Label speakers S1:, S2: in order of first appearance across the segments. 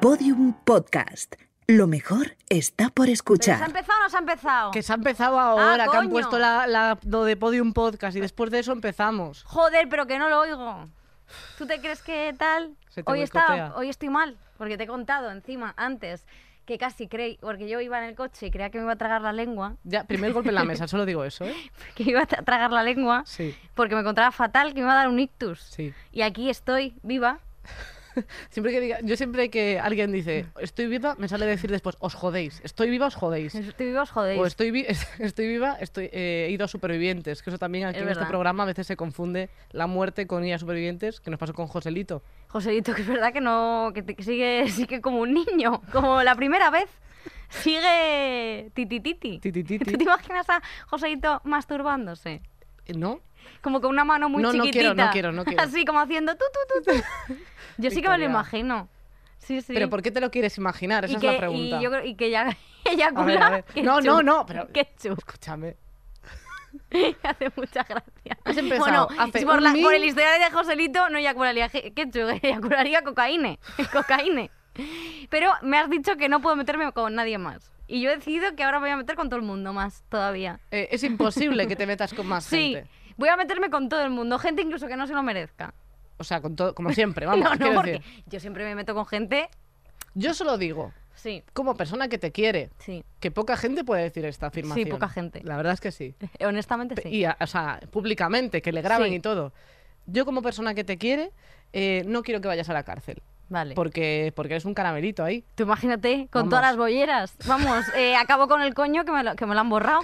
S1: Podium Podcast. Lo mejor está por
S2: ¿Pero ¿Se ha
S1: escuchar.
S2: empezado o no se ha empezado?
S3: Que se ha empezado ahora, que han
S2: Ah, coño.
S3: puesto la, la- lo de Podium Podcast y después de eso empezamos.
S2: Joder, pero que no lo oigo. ¿Tú te crees que tal?
S3: Se te
S2: Hoy,
S3: boicotea.
S2: está, hoy estoy mal, porque te he contado encima antes que casi creí, porque yo iba en el coche y creía que me iba a tragar la lengua,
S3: Ya, primer golpe en la mesa, solo digo eso, ¿eh?
S2: que iba a tra- tragar la lengua,
S3: Sí,
S2: porque me encontraba fatal, que me iba a dar un ictus.
S3: sí.
S2: Y aquí estoy, viva.
S3: Siempre que diga, yo siempre que alguien dice, estoy viva, me sale decir después, os jodéis, estoy viva, os jodéis.
S2: Estoy viva, os jodéis.
S3: O estoy, vi- estoy viva, estoy, eh, he ido a supervivientes, que eso también aquí
S2: Es
S3: en este
S2: verdad.
S3: programa a veces se confunde la muerte con ir a supervivientes, que nos pasó con Joselito.
S2: Joselito, que es verdad que no, que, te- que sigue, sigue como un niño, como la primera vez. Sigue titititi.
S3: Ti, ti, ti, ti.
S2: ¿Tú te imaginas a Joselito masturbándose?
S3: Eh, ¿no,
S2: Como con una mano muy
S3: No, no
S2: chiquitita.
S3: quiero, no quiero, no quiero.
S2: Así como haciendo tú, tú, tú, tú. Yo sí que me lo
S3: Victoria.
S2: imagino. Sí, sí.
S3: pero ¿por qué te lo quieres imaginar? Esa
S2: y
S3: es
S2: que,
S3: la pregunta.
S2: Y, yo creo- y que ya
S3: A ver, a
S2: eyacula.
S3: ver.
S2: Qué
S3: No, no,
S2: chu.
S3: no, pero-
S2: Qué chu.
S3: Escúchame.
S2: Hace mucha gracia.
S3: Has empezado
S2: Bueno,
S3: hace
S2: si por,
S3: un
S2: la-
S3: mil-
S2: por el historial de Joselito no eyacularía ge- qué chu, eyacularía cocaíne. cocaíne. Pero me has dicho que no puedo meterme con nadie más. Y yo he decidido que ahora me voy a meter con todo el mundo más todavía.
S3: Eh, es imposible que te metas con más
S2: Sí,
S3: gente.
S2: voy a meterme con todo el mundo, gente incluso que no se lo merezca.
S3: O sea, con todo, como siempre, vamos.
S2: no, no,
S3: quiero
S2: porque
S3: decir,
S2: yo siempre me meto con gente.
S3: yo solo digo,
S2: Sí,
S3: como persona que te quiere,
S2: sí.
S3: que poca gente puede decir esta afirmación.
S2: poca gente.
S3: La verdad es que sí.
S2: Honestamente sí.
S3: Y, a- o sea, públicamente, que le graben
S2: Sí.
S3: y todo. Yo como persona que te quiere, eh, no quiero que vayas a la cárcel,
S2: Vale.
S3: porque, porque eres un caramelito ahí.
S2: Tú imagínate, con
S3: Vamos.
S2: todas las bolleras. Vamos, eh, acabo con el coño que me lo, que me lo han borrado.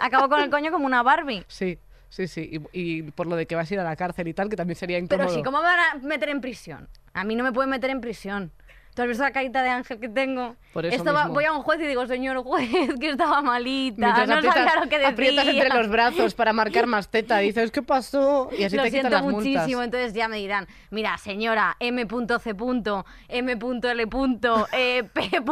S2: acabo con el coño como una Barbie.
S3: Sí, sí, sí. Y, y por lo de que vas a ir a la cárcel y tal, que también sería incómodo.
S2: Pero sí, ¿cómo me van a meter en prisión? A mí no me pueden meter en prisión. ¿Tú has visto la carita de ángel que tengo?
S3: Por eso
S2: Esto va-
S3: mismo.
S2: voy a un juez y digo, señor juez, que estaba malita,
S3: Mientras
S2: no
S3: aprietas,
S2: sabía lo que decía.
S3: aprietas entre los brazos para marcar más teta, dices, ¿qué pasó? Y así
S2: lo
S3: te
S2: siento
S3: quitan las
S2: muchísimo,
S3: multas.
S2: entonces ya me dirán, mira, señora, M.C. punto, M.L. punto, eh, P.O.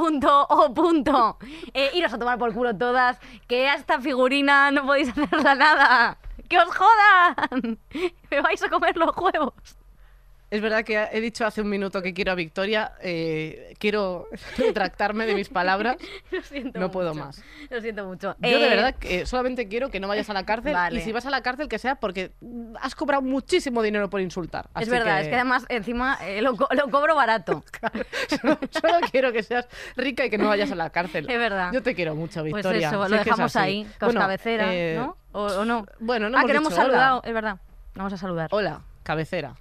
S2: punto, eh, iros a tomar por culo todas, que a esta figurina no podéis hacerla nada, que os jodan, me vais a comer los huevos.
S3: Es verdad que he dicho hace un minuto que quiero a Victoria. eh, quiero retractarme de mis palabras.
S2: Lo siento
S3: No puedo
S2: mucho,
S3: más.
S2: Lo siento mucho.
S3: Yo de
S2: Eh,
S3: verdad que solamente quiero que no vayas a la cárcel.
S2: Vale.
S3: Y si vas a la cárcel, que sea porque has cobrado muchísimo dinero por insultar.
S2: Es
S3: Así
S2: verdad, es que además encima eh, lo, co- lo cobro barato.
S3: solo, solo quiero que seas rica y que no vayas a la cárcel.
S2: Es verdad.
S3: Yo te quiero mucho,
S2: Pues
S3: Victoria.
S2: eso,
S3: Si
S2: lo
S3: es que es
S2: dejamos
S3: así.
S2: ahí, con
S3: Bueno,
S2: cabecera,
S3: eh,
S2: ¿no? ¿O, o no?
S3: Bueno, no
S2: ah,
S3: hemos
S2: que no hemos
S3: dicho hola.
S2: saludado, es verdad. Vamos a saludar.
S3: Hola, cabecera.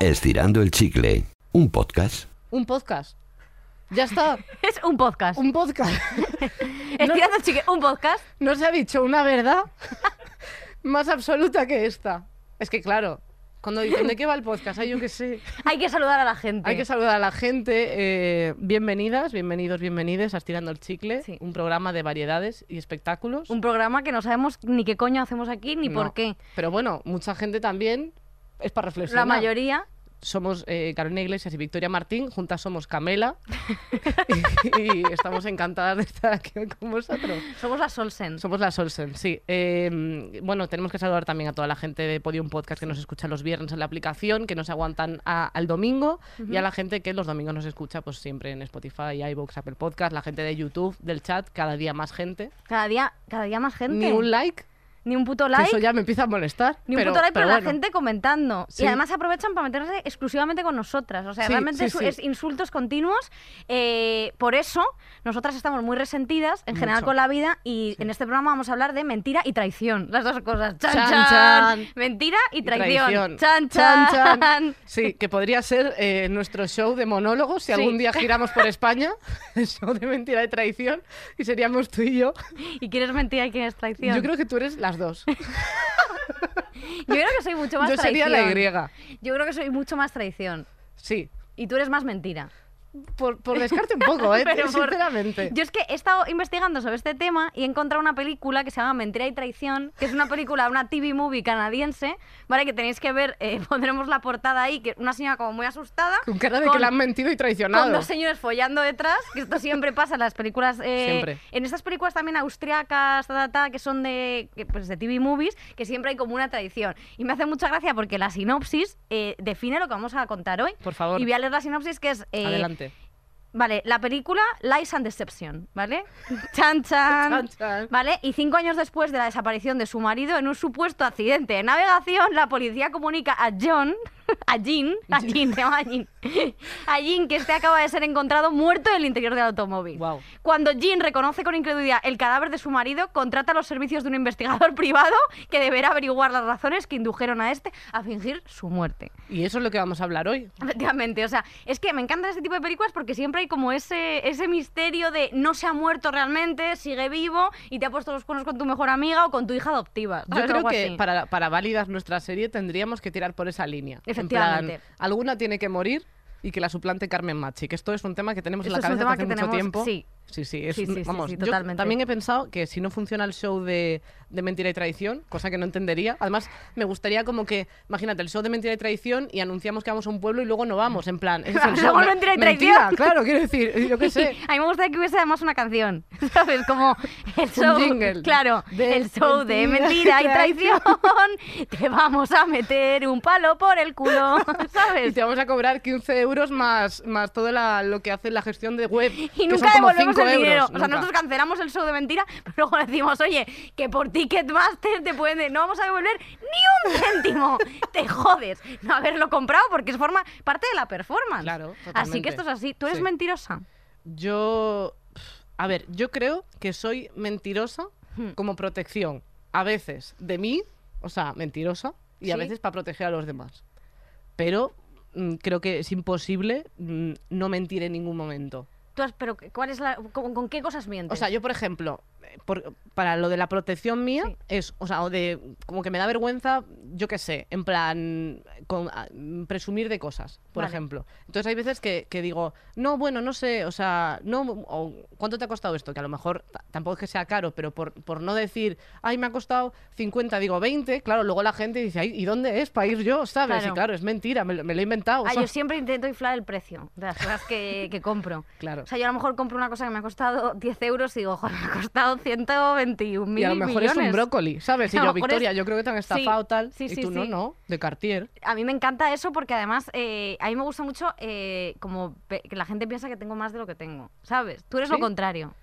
S4: Estirando el chicle, un podcast.
S3: Un podcast. Ya está,
S2: Es un podcast.
S3: un podcast.
S2: Estirando el chique, un podcast.
S3: No se ha dicho una verdad más absoluta que esta. Es que claro, cuando dicen de qué va el podcast, ay, yo qué sé.
S2: Hay que saludar a la gente.
S3: Hay que saludar a la gente. eh, bienvenidas, bienvenidos, bienvenides a Estirando el Chicle,
S2: Sí.
S3: un programa de variedades y espectáculos.
S2: Un programa que no sabemos ni qué coño hacemos aquí ni
S3: No. Pues
S2: por qué.
S3: Pero bueno, mucha gente también es para reflexionar.
S2: La mayoría.
S3: Somos eh, Carolina Iglesias y Victoria Martín, juntas somos Camela y, y estamos encantadas de estar aquí con vosotros.
S2: Somos la Solsen.
S3: Somos la Solsen, sí. Eh, bueno, tenemos que saludar también a toda la gente de Podium Podcast que nos escucha los viernes en la aplicación, que nos aguantan a- al domingo y a la gente que los domingos nos escucha pues siempre en Spotify, iVoox, Apple Podcast, la gente de YouTube, del chat, cada día más gente.
S2: Cada día, cada día más gente.
S3: Ni un like,
S2: Ni un puto
S3: que
S2: like.
S3: eso ya me empieza a molestar.
S2: Ni un
S3: pero,
S2: puto like, pero, la
S3: bueno.
S2: gente comentando.
S3: Sí.
S2: Y además aprovechan para meterse exclusivamente con nosotras. O sea,
S3: Sí,
S2: realmente es,
S3: sí, sí.
S2: es insultos continuos. Eh, por eso, nosotras estamos muy resentidas, en general
S3: Mucho.
S2: con la vida, y en este programa vamos a hablar de mentira y traición. Las dos cosas. Chan,
S3: Chan,
S2: chan.
S3: chan.
S2: Mentira y
S3: Y
S2: traición.
S3: traición.
S2: Chan, chan.
S3: Chan, chan. Sí, que podría ser eh, nuestro show de monólogos si
S2: Sí.
S3: algún día giramos por España, el show de mentira y traición, y seríamos tú y yo.
S2: ¿Y quién es mentira y quién es traición?
S3: Yo creo que tú eres las dos.
S2: Yo creo que soy mucho más
S3: Yo sería
S2: traición.
S3: la Y.
S2: Yo creo que soy mucho más traición.
S3: Sí,
S2: Y tú eres más mentira.
S3: por, por descarte un poco, ¿eh?
S2: Pero por-
S3: sinceramente.
S2: Yo es que he estado investigando sobre este tema y he encontrado una película que se llama Mentira y Traición, que es una película, una TV movie canadiense, ¿vale? Que tenéis que ver, eh, pondremos la portada ahí, que una señora como muy asustada.
S3: Con cara de que
S2: con-
S3: le han mentido y
S2: con
S3: traicionado.
S2: dos señores follando detrás, que esto siempre pasa en las películas. eh,
S3: Siempre.
S2: En estas películas también austriacas, ta, ta, ta, que son de, que, pues, de TV movies, que siempre hay como una tradición. Y me hace mucha gracia porque la sinopsis eh, define lo que vamos a contar hoy.
S3: Por favor.
S2: Y voy a leer la sinopsis que es. eh,
S3: Adelante.
S2: Vale, la película Lies and Deception, ¿vale? Chan, chan.
S3: Chan, chan.
S2: ¿Vale? Y cinco años después de la desaparición de su marido en un supuesto accidente de navegación, la policía comunica a John, a Jean, a Jean, se llama Jean, a Jean que este acaba de ser encontrado muerto en el interior del automóvil.
S3: Guau.
S2: Cuando Jean reconoce con incredulidad el cadáver de su marido, contrata los servicios de un investigador privado que deberá averiguar las razones que indujeron a este a fingir su muerte.
S3: Y eso es lo que vamos a hablar hoy.
S2: Efectivamente, o sea, es que me encantan este tipo de películas porque siempre hay como ese, ese misterio de no se ha muerto realmente, sigue vivo y te ha puesto los cuernos con tu mejor amiga o con tu hija adoptiva.
S3: Yo
S2: ¿sabes?
S3: creo
S2: Ah, Algo
S3: que
S2: así.
S3: para, para válidas nuestra serie tendríamos que tirar por esa línea. En
S2: Efectivamente.
S3: plan, alguna tiene que morir y que la suplante Carmen Machi, que esto es un tema que tenemos en
S2: Esto
S3: la
S2: es un
S3: cabeza desde
S2: tema que
S3: hace mucho
S2: tenemos-
S3: tiempo.
S2: sí.
S3: Sí, sí, es
S2: Sí, sí,
S3: un-
S2: sí,
S3: vamos,
S2: sí,
S3: yo
S2: totalmente.
S3: también he pensado que si no funciona el show de, de Mentira y Traición, cosa que no entendería, además me gustaría como que, imagínate, el show de Mentira y Traición y anunciamos que vamos a un pueblo y luego no vamos, en plan, ese es el
S2: Luego
S3: show,
S2: Mentira y
S3: Mentira,
S2: Traición.
S3: claro, quiero decir, yo qué sé.
S2: A mí me gustaría que hubiese además una canción, ¿sabes? Como el show,
S3: jingle.
S2: claro,
S3: De
S2: el show de
S3: mentira
S2: mentira
S3: y
S2: y traición, te vamos a meter un palo por el culo,
S3: Y
S2: ¿sabes?
S3: te vamos a cobrar 15 euros más, más todo la- lo que hace la gestión de web.
S2: Y
S3: que son
S2: nunca
S3: como
S2: devolvemos
S3: 5
S2: el dinero.
S3: euros,
S2: o sea,
S3: nunca.
S2: nosotros cancelamos el show de mentira, pero luego decimos, oye, que por Ticketmaster te pueden... de- No vamos a devolver ni un céntimo. te jodes no haberlo comprado porque es forma parte de la performance.
S3: Claro,
S2: Así
S3: totalmente.
S2: que esto es así. Tú eres
S3: Sí.
S2: mentirosa.
S3: Yo. A ver, yo creo que soy mentirosa
S2: Hmm.
S3: como protección. A veces de mí, o sea, mentirosa, y a
S2: Sí.
S3: veces para proteger a los demás. Pero mm, creo que es imposible mm, no mentir en ningún momento.
S2: Tú has- pero ¿cuál es la, con, con qué cosas mientes?
S3: O sea, yo, por ejemplo, eh, por- para lo de la protección mía,
S2: Sí.
S3: es, o sea, o de, como que me da vergüenza, yo qué sé, en plan, con, a- mm, presumir de cosas, por
S2: Vale.
S3: ejemplo. Entonces hay veces que, que digo, no, bueno, no sé, o sea, no, o, ¿cuánto te ha costado esto? Que a lo mejor t- tampoco es que sea caro, pero por, por no decir, ay, me ha costado 50, digo 20, claro, luego la gente dice, ay, ¿y dónde es para ir yo? ¿Sabes?
S2: Claro.
S3: Y claro, es mentira, me, lo- me lo he inventado.
S2: Ah,
S3: o sea,
S2: yo siempre intento inflar el precio de las cosas que, que compro.
S3: Claro.
S2: O sea, yo a lo mejor compro una cosa que me ha costado 10 euros y digo, joder, me ha costado 121 mil
S3: Y a lo mejor es un brócoli, ¿sabes? Y
S2: A lo
S3: yo,
S2: mejor es-
S3: Victoria, yo creo que te
S2: Sí,
S3: han estafado tal.
S2: sí,
S3: y
S2: sí,
S3: tú no,
S2: sí.
S3: no, de Cartier.
S2: a mí me encanta eso porque además eh, a mí me gusta mucho eh, como pe- que la gente piensa que tengo más de lo que tengo, ¿sabes? Tú eres
S3: ¿Sí?
S2: lo contrario.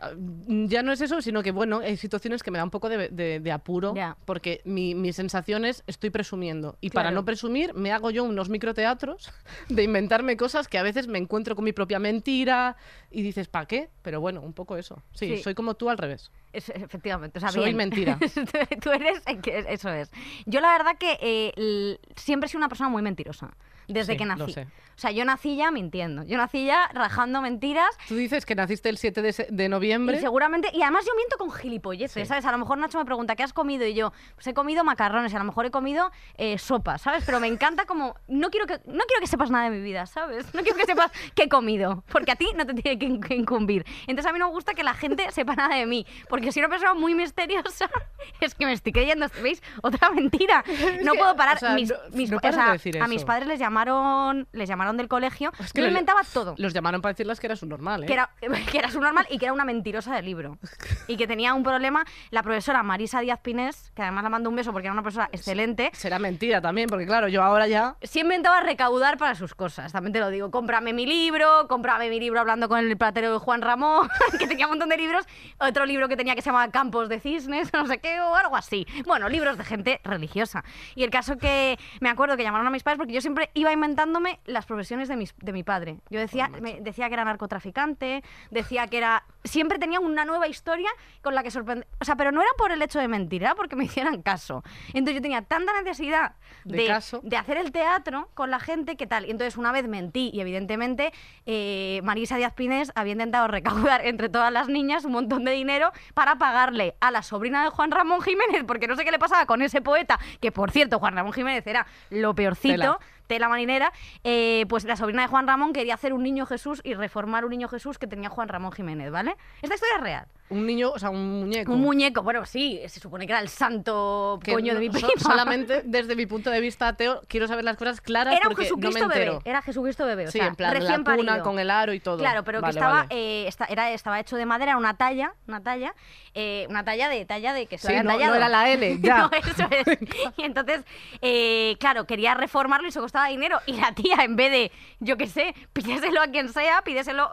S3: Ah, Ya no es eso, sino que, bueno, hay situaciones que me da un poco de, de- de apuro.
S2: Ya.
S3: Porque mi, mi sensación es, estoy presumiendo. Y para
S2: Claro.
S3: no presumir, me hago yo unos microteatros de inventarme cosas que a veces me encuentro con mi propia mentira y dices, ¿para qué? Pero bueno, un poco eso. Sí,
S2: Sí.
S3: soy como tú al revés.
S2: Es- efectivamente, o sea,
S3: Soy
S2: bien.
S3: mentira.
S2: Tú- Tú eres, eh, que eso es. Yo la verdad que eh, l- siempre he sido una persona muy mentirosa, desde
S3: Sí,
S2: que
S3: lo
S2: nací.
S3: sé.
S2: O sea, yo nací ya mintiendo, yo nací ya rajando mentiras
S3: Tú dices que naciste el 7 de, se- de noviembre.
S2: Y seguramente, y además yo miento con gilipolleces,
S3: Sí.
S2: ¿sabes? A lo mejor Nacho me pregunta, ¿qué has comido? Y yo, pues he comido macarrones, y a lo mejor he comido eh, sopa, ¿sabes? Pero me encanta como, no quiero, que, no quiero que sepas nada de mi vida, ¿sabes? No quiero que sepas qué he comido, porque a ti no te tiene que inc- incumbir. Entonces a mí no me gusta que la gente sepa nada de mí, porque soy una persona muy misteriosa, es que me estoy creyendo, ¿veis? Otra mentira. No
S3: que,
S2: puedo parar.
S3: o sea,
S2: mis,
S3: no-
S2: mis-
S3: no
S2: o
S3: paras de
S2: sea,
S3: decir
S2: a mis
S3: eso.
S2: padres les llamaron, les llamaron del colegio,
S3: Es que
S2: yo
S3: lo-
S2: inventaba todo
S3: Los llamaron para decirles que eras un normal, ¿eh?
S2: que era, que era su normal y que era una mentirosa del libro. Y que tenía un problema la profesora Marisa Díaz Pinés, que además la mando un beso porque era una profesora excelente.
S3: Será mentira también, porque claro, yo ahora ya...
S2: Sí inventaba recaudar para sus cosas, también te lo digo. Cómprame mi libro, cómprame mi libro hablando con el platero de Juan Ramón, que tenía un montón de libros. Otro libro que tenía que se llamaba Campos de Cisnes, no sé qué, o algo así. Bueno, libros de gente religiosa. Y el caso que me acuerdo que llamaron a mis padres porque yo siempre iba inventándome las profesiones de, mis- de mi padre. Yo decía, me- decía que era narcotraficante, decía que era... Siempre tenía una nueva historia con la que sorprender. O sea, pero no era por el hecho de mentir, era porque me hicieran caso. Entonces yo tenía tanta necesidad
S3: De caso.
S2: de hacer el teatro con la gente, ¿qué tal? Y entonces una vez mentí y evidentemente eh, Marisa Díaz Pines había intentado recaudar entre todas las niñas un montón de dinero para pagarle a la sobrina de Juan Ramón Jiménez, porque no sé qué le pasaba con ese poeta, que por cierto Juan Ramón Jiménez era lo peorcito,
S3: Tela.
S2: tela, tela marinera, eh, pues la sobrina de Juan Ramón quería hacer un niño Jesús y reformar un niño Jesús que tenía Juan Ramón Jiménez, ¿vale? Esta historia es real.
S3: Un niño, o sea, un muñeco.
S2: Un muñeco, bueno, sí, se supone que era el santo
S3: Que
S2: coño de
S3: no-
S2: mi
S3: so-
S2: prima.
S3: solamente desde mi punto de vista ateo, quiero saber las cosas claras
S2: Era un
S3: porque
S2: Jesucristo
S3: no me
S2: bebé,
S3: entero.
S2: era Jesucristo bebé, o
S3: sí,
S2: sea,
S3: en plan
S2: recién
S3: la cuna
S2: parido.
S3: con el aro y todo.
S2: Claro, pero
S3: Vale,
S2: que estaba,
S3: vale.
S2: eh, esta- era, estaba hecho de madera, era una talla, una talla, eh, una talla de talla de que se
S3: Sí,
S2: había
S3: no-
S2: tallado.
S3: no era la L, ya.
S2: No, eso es. Y entonces, eh, claro, quería reformarlo y eso costaba dinero. Y la tía, en vez de, yo qué sé, pídeselo a quien sea, pídeselo,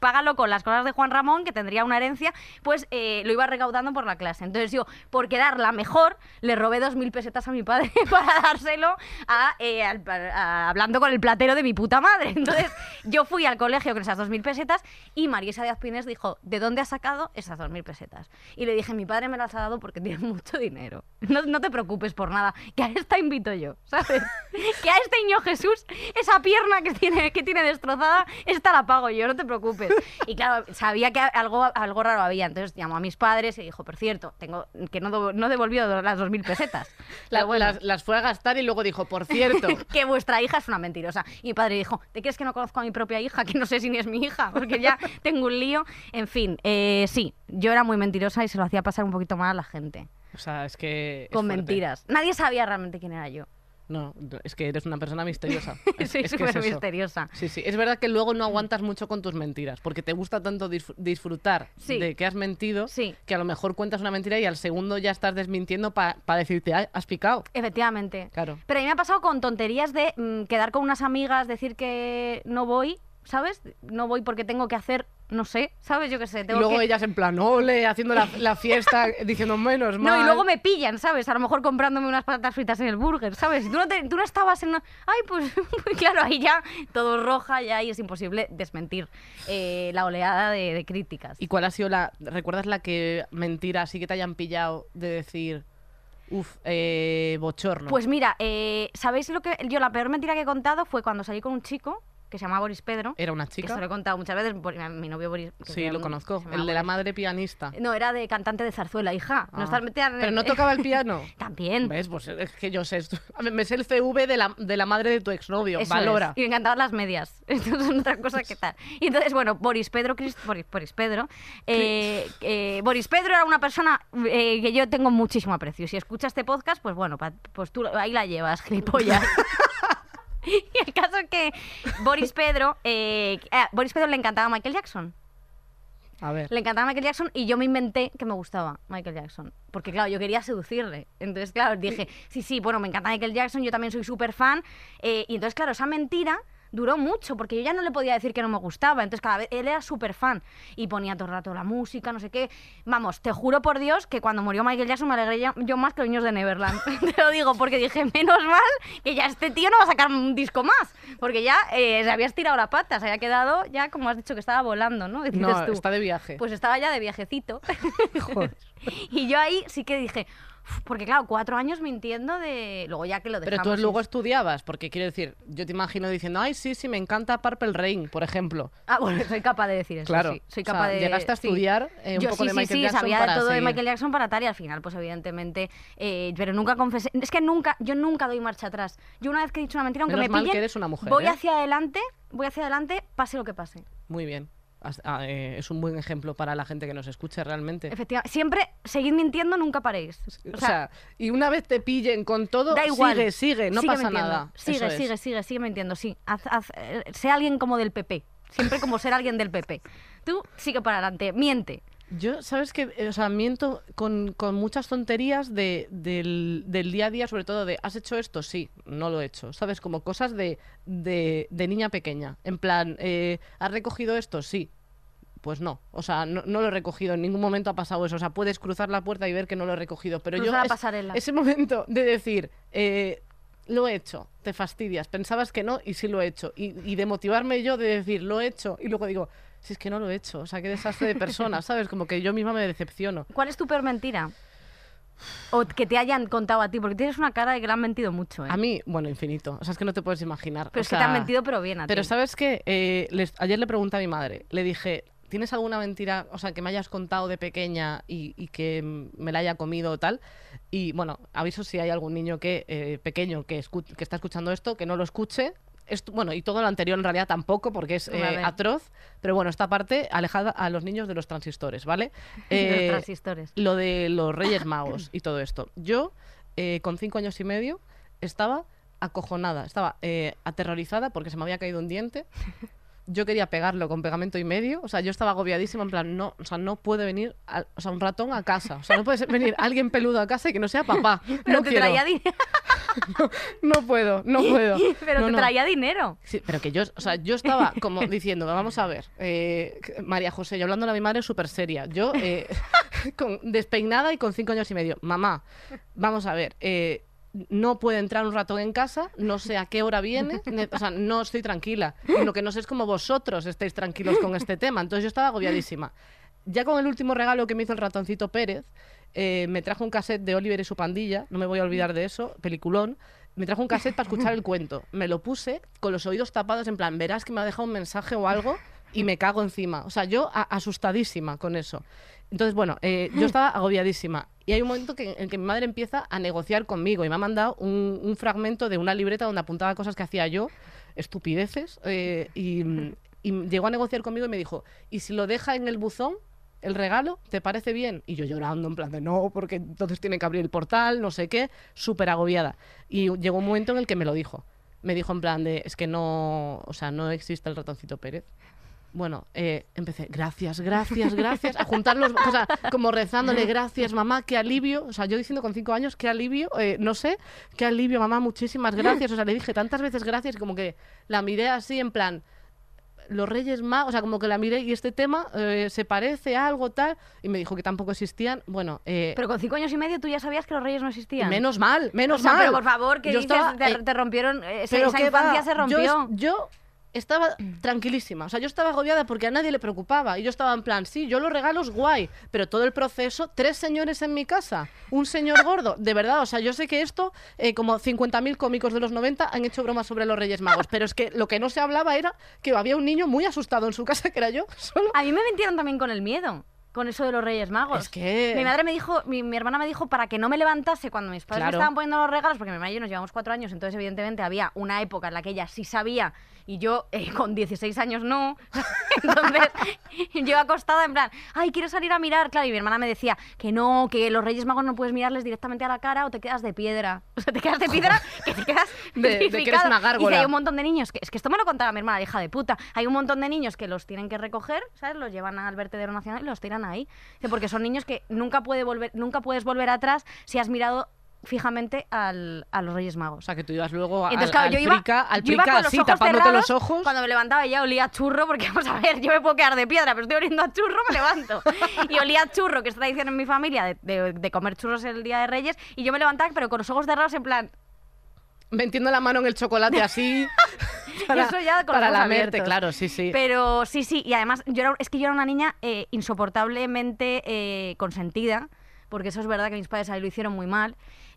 S2: págalo con las cosas de Juan Ramón, que tendría una herencia, pues eh, lo iba recaudando por la clase. Entonces yo, por quedarla mejor, le robé dos mil pesetas a mi padre para dárselo a, eh, al- a- hablando con el platero de mi puta madre. Entonces yo fui al colegio con esas dos mil pesetas y Mariesa Díaz Pines dijo, ¿de dónde has sacado esas dos mil pesetas? Y le dije, mi padre me las ha dado porque tiene mucho dinero. No, no te preocupes por nada, que a esta invito yo, ¿sabes? que a este niño Jesús, esa pierna que tiene, que tiene destrozada, esta la pago yo, no te preocupes. Y claro, sabía que algo, algo raro había, entonces llamó a mis padres y dijo, por cierto, tengo que no, do- no devolvió las dos mil pesetas.
S3: La-
S2: Pero bueno.
S3: las, las fue a gastar y luego dijo, por cierto.
S2: que vuestra hija es una mentirosa. Y mi padre dijo, ¿te crees que no conozco a mi propia hija? Que no sé si ni es mi hija, porque ya tengo un lío. En fin, eh, sí, yo era muy mentirosa y se lo hacía pasar un poquito mal a la gente.
S3: o sea, es que. es
S2: con
S3: fuerte.
S2: mentiras. Nadie sabía realmente quién era yo.
S3: No, no, es que eres una persona misteriosa. Es,
S2: Soy
S3: es que es
S2: súper
S3: eso.
S2: misteriosa.
S3: Sí, sí. Es verdad que luego no aguantas mucho con tus mentiras, porque te gusta tanto disf- disfrutar
S2: Sí.
S3: de que has mentido,
S2: Sí.
S3: que a lo mejor cuentas una mentira y al segundo ya estás desmintiendo para decirte, "Ah, has picado.
S2: Efectivamente.
S3: Claro.
S2: Pero a mí me ha pasado con tonterías de mm, quedar con unas amigas, decir que no voy, ¿sabes? No voy porque tengo que hacer, no sé, ¿sabes? Yo qué sé.
S3: Y
S2: Tengo
S3: luego
S2: que...
S3: ellas en plan, ole, haciendo la, la fiesta, diciendo menos mal.
S2: No, y luego me pillan, ¿sabes? A lo mejor comprándome unas patatas fritas en el burger, ¿sabes? Si tú no, te- tú no estabas en... una- Ay, pues claro, ahí ya todo roja, ya ahí es imposible desmentir eh, la oleada de, de críticas.
S3: ¿Y cuál ha sido la. ¿Recuerdas la que mentira así que te hayan pillado de decir, uff, eh, bochorno?
S2: Pues mira, eh, ¿sabéis lo que...? Yo la peor mentira que he contado fue cuando salí con un chico que se llamaba Boris Pedro.
S3: Era una
S2: Que se lo he
S3: ¿Eh, chica.
S2: contado muchas veces, por- mi novio Boris... que
S3: Sí,
S2: era
S3: lo
S2: un-
S3: conozco.
S2: se llamaba
S3: El de la
S2: Boris.
S3: madre pianista.
S2: No, era de cantante de zarzuela, hija. No
S3: Ah.
S2: estás metida en-
S3: Pero no tocaba el piano.
S2: También.
S3: ¿Ves? Pues es que yo sé esto. A ver, Me sé el CV de la, de la madre de tu exnovio.
S2: Eso
S3: Valora.
S2: es. Y me encantaban las medias. Esto es otra cosa que tal. Y entonces, bueno, Boris Pedro, Crist- Boris, Boris Pedro. eh, eh, Boris Pedro era una persona eh, que yo tengo muchísimo aprecio. Si escuchas este podcast, pues bueno, pa- pues tú ahí la llevas, gilipollas. y el caso es que Boris Pedro, eh, a Boris Pedro le encantaba Michael Jackson.
S3: A ver.
S2: Le encantaba Michael Jackson y yo me inventé que me gustaba Michael Jackson. Porque, claro, yo quería seducirle. Entonces, claro, dije, sí, sí, bueno, me encanta Michael Jackson, yo también soy súper fan. Eh, y entonces, claro, esa mentira duró mucho porque yo ya no le podía decir que no me gustaba. Entonces, cada vez él era súper fan y ponía todo el rato la música, no sé qué. Vamos, te juro por Dios que cuando murió Michael Jackson me alegré ya- yo más que los niños de Neverland. te lo digo porque dije, menos mal que ya este tío no va a sacar un disco más. Porque ya eh, se había estirado la pata, se había quedado ya, como has dicho, que estaba volando, ¿no? Dices
S3: No,
S2: tú.
S3: está de viaje.
S2: Pues estaba ya de viajecito.
S3: Joder.
S2: y yo ahí sí que dije, "Uf", porque claro, cuatro años mintiendo de... Luego ya que lo
S3: Pero
S2: dejamos...
S3: tú luego
S2: es-
S3: estudiabas, porque quiero decir, yo te imagino diciendo, ay, sí, sí, me encanta Purple Rain, por ejemplo.
S2: Ah, bueno, soy capaz de decir eso,
S3: Claro.
S2: sí. Soy
S3: O sea,
S2: capaz de...
S3: llegaste a
S2: sí.
S3: estudiar eh, un
S2: Yo
S3: poco
S2: sí,
S3: de
S2: sí,
S3: Michael
S2: sí,
S3: Jackson
S2: sabía
S3: para
S2: de todo
S3: seguir.
S2: de Michael Jackson para tal y al final, pues evidentemente, eh, pero nunca confesé, es que nunca, yo nunca doy marcha atrás. Yo una vez que he dicho una mentira, aunque
S3: Menos
S2: me
S3: mal que
S2: pillen,
S3: eres una mujer,
S2: voy
S3: ¿eh?
S2: hacia adelante, voy hacia adelante, pase lo que pase.
S3: Muy bien. Has- ah, eh, es un buen ejemplo para la gente que nos escuche realmente.
S2: Efectivamente, siempre seguid mintiendo, nunca paréis.
S3: O sea, y una vez te pillen con todo,
S2: da igual.
S3: sigue, sigue, no pasa
S2: mintiendo.
S3: nada. Eso
S2: Sigue,
S3: es.
S2: sigue, sigue, sigue mintiendo, sí. Haz- haz, eh, sé alguien como del PP. Siempre como ser alguien del PP. Tú sigue para adelante, miente.
S3: Yo, sabes que, o sea, miento con, con muchas tonterías de, del, del día a día, sobre todo de, ¿has hecho esto? Sí, no lo he hecho. ¿Sabes? Como cosas de, de, de niña pequeña. En plan, eh, ¿has recogido esto? Sí. Pues no, o sea, no, no lo he recogido, en ningún momento ha pasado eso. O sea, puedes cruzar la puerta y ver que no lo he recogido, pero
S2: Cruzar
S3: yo.
S2: la pasarela.
S3: Ese momento de decir, eh, lo he hecho, te fastidias, pensabas que no y sí lo he hecho. Y, y de motivarme yo de decir, lo he hecho, y luego digo, si es que no lo he hecho, o sea, qué desastre de persona, ¿sabes? Como que yo misma me decepciono.
S2: ¿Cuál es tu peor mentira? O que te hayan contado a ti, porque tienes una cara de que le han mentido mucho, ¿eh?
S3: A mí, bueno, infinito, o sea, es que no te puedes imaginar.
S2: pero
S3: o
S2: es que te
S3: sea,
S2: han mentido, pero bien a ti.
S3: Pero ¿sabes qué? Eh, les- ayer le pregunté a mi madre, le dije, ¿Tienes alguna mentira, o sea, que me hayas contado de pequeña y, y que mm, me la haya comido o tal? Y bueno, aviso si hay algún niño que eh, pequeño que, escu- que está escuchando esto, que no lo escuche. Esto- bueno, y todo lo anterior en realidad tampoco, porque es
S2: Vale.
S3: eh, atroz. Pero bueno, esta parte alejada a los niños de los transistores, ¿vale?
S2: Los
S3: Eh,
S2: transistores.
S3: lo de los Reyes Magos y todo esto. Yo, eh, con cinco años y medio, estaba acojonada, estaba eh, aterrorizada porque se me había caído un diente. Yo quería pegarlo con pegamento y medio, o sea, yo estaba agobiadísima, en plan, no, o sea, no puede venir, al- o sea, un ratón a casa, o sea, no puede ser- venir alguien peludo a casa y que no sea papá.
S2: Pero
S3: no
S2: te
S3: quiero.
S2: traía dinero.
S3: No puedo, no puedo.
S2: Pero
S3: No,
S2: te
S3: no.
S2: traía dinero.
S3: Sí, pero que yo, o sea, yo estaba como diciendo, vamos a ver, eh, María José, yo hablando a mi madre súper seria, yo eh, con, despeinada y con cinco años y medio, mamá, vamos a ver, eh, no puede entrar un ratón en casa, no sé a qué hora viene, ne- o sea, no estoy tranquila. Y Lo que no sé es cómo vosotros estáis tranquilos con este tema, entonces yo estaba agobiadísima. Ya con el último regalo que me hizo el ratoncito Pérez, eh, me trajo un cassette de Oliver y su pandilla, no me voy a olvidar de eso, peliculón. Me trajo un cassette para escuchar el cuento. Me lo puse con los oídos tapados, en plan, verás que me ha dejado un mensaje o algo y me cago encima. O sea, yo a- asustadísima con eso. Entonces, bueno, eh, yo estaba agobiadísima. Y hay un momento que, en que mi madre empieza a negociar conmigo y me ha mandado un, un fragmento de una libreta donde apuntaba cosas que hacía yo, estupideces, eh, y, y llegó a negociar conmigo y me dijo, ¿y si lo deja en el buzón? el regalo, ¿te parece bien? Y yo llorando en plan de no, porque entonces tiene que abrir el portal, no sé qué, súper agobiada. Y llegó un momento en el que me lo dijo. Me dijo en plan de, es que no, o sea, no existe el ratoncito Pérez. Bueno, eh, empecé, gracias, gracias, gracias, a juntar los, o sea, como rezándole, gracias mamá, qué alivio, o sea, yo diciendo con cinco años, qué alivio, eh, no sé, qué alivio mamá, muchísimas gracias, o sea, le dije tantas veces gracias, como que la miré así en plan, los Reyes Magos, o sea, como que la miré y este tema eh, se parece a algo tal, y me dijo que tampoco existían. Bueno, eh,
S2: Pero con cinco años y medio tú ya sabías que los reyes no existían.
S3: menos mal,
S2: O
S3: menos
S2: sea,
S3: mal.
S2: pero por favor, que
S3: Yo
S2: dices,
S3: estaba,
S2: te,
S3: eh,
S2: te rompieron, eh, esa,
S3: pero
S2: esa
S3: qué va,
S2: infancia se
S3: yo
S2: rompió.
S3: es- Yo, estaba tranquilísima, o sea, yo estaba agobiada porque a nadie le preocupaba y yo estaba en plan, sí, yo los regalos guay, pero todo el proceso, tres señores en mi casa, un señor gordo, de verdad, o sea, yo sé que esto, eh, como 50.000 cómicos de los 90 han hecho bromas sobre los Reyes Magos, pero es que lo que no se hablaba era que había un niño muy asustado en su casa, que era yo, solo
S2: A mí me mintieron también con el miedo, con eso de los Reyes Magos.
S3: Es que-
S2: Mi madre me dijo, mi, mi hermana me dijo para que no me levantase cuando mis padres
S3: Claro.
S2: me estaban poniendo los regalos, porque mi hermana y yo nos llevamos cuatro años, entonces evidentemente había una época en la que ella sí sabía y yo eh, con 16 años no. entonces yo acostada en plan, ay, quiero salir a mirar. Claro, y mi hermana me decía que no, que los Reyes Magos no puedes mirarles directamente a la cara o te quedas de piedra. O sea, te quedas de piedra que te quedas
S3: De- de que eres
S2: petrificado.
S3: una
S2: Dice,
S3: gárgola.
S2: hay un montón de niños que es que esto me lo contaba mi hermana la hija de puta hay un montón de niños que los tienen que recoger sabes los llevan al vertedero nacional y los tiran ahí Dice, porque son niños que nunca puede volver nunca puedes volver atrás si has mirado fijamente al- a los Reyes
S3: O
S2: Magos
S3: sea, que tú ibas luego
S2: entonces,
S3: al,
S2: claro,
S3: al
S2: yo iba,
S3: prica, al
S2: yo iba
S3: prica
S2: con los
S3: así,
S2: ojos
S3: tapándote
S2: cerrados,
S3: los ojos.
S2: Cuando me levantaba ya olía a churro, porque vamos a ver, yo me puedo quedar de piedra, pero estoy oliendo a churro, me levanto. Y olía a churro, que es tradición en mi familia de, de- de comer churros el día de Reyes, y yo me levantaba, pero con los ojos cerrados, en plan,
S3: Metiendo la mano en el chocolate así.
S2: Eso ya con
S3: para
S2: los ojos
S3: lamerte,
S2: abiertos.
S3: claro, sí, sí.
S2: Pero sí, sí, y además yo era- es que yo era una niña eh, insoportablemente eh, consentida, porque eso es verdad que mis padres ahí lo hicieron muy mal.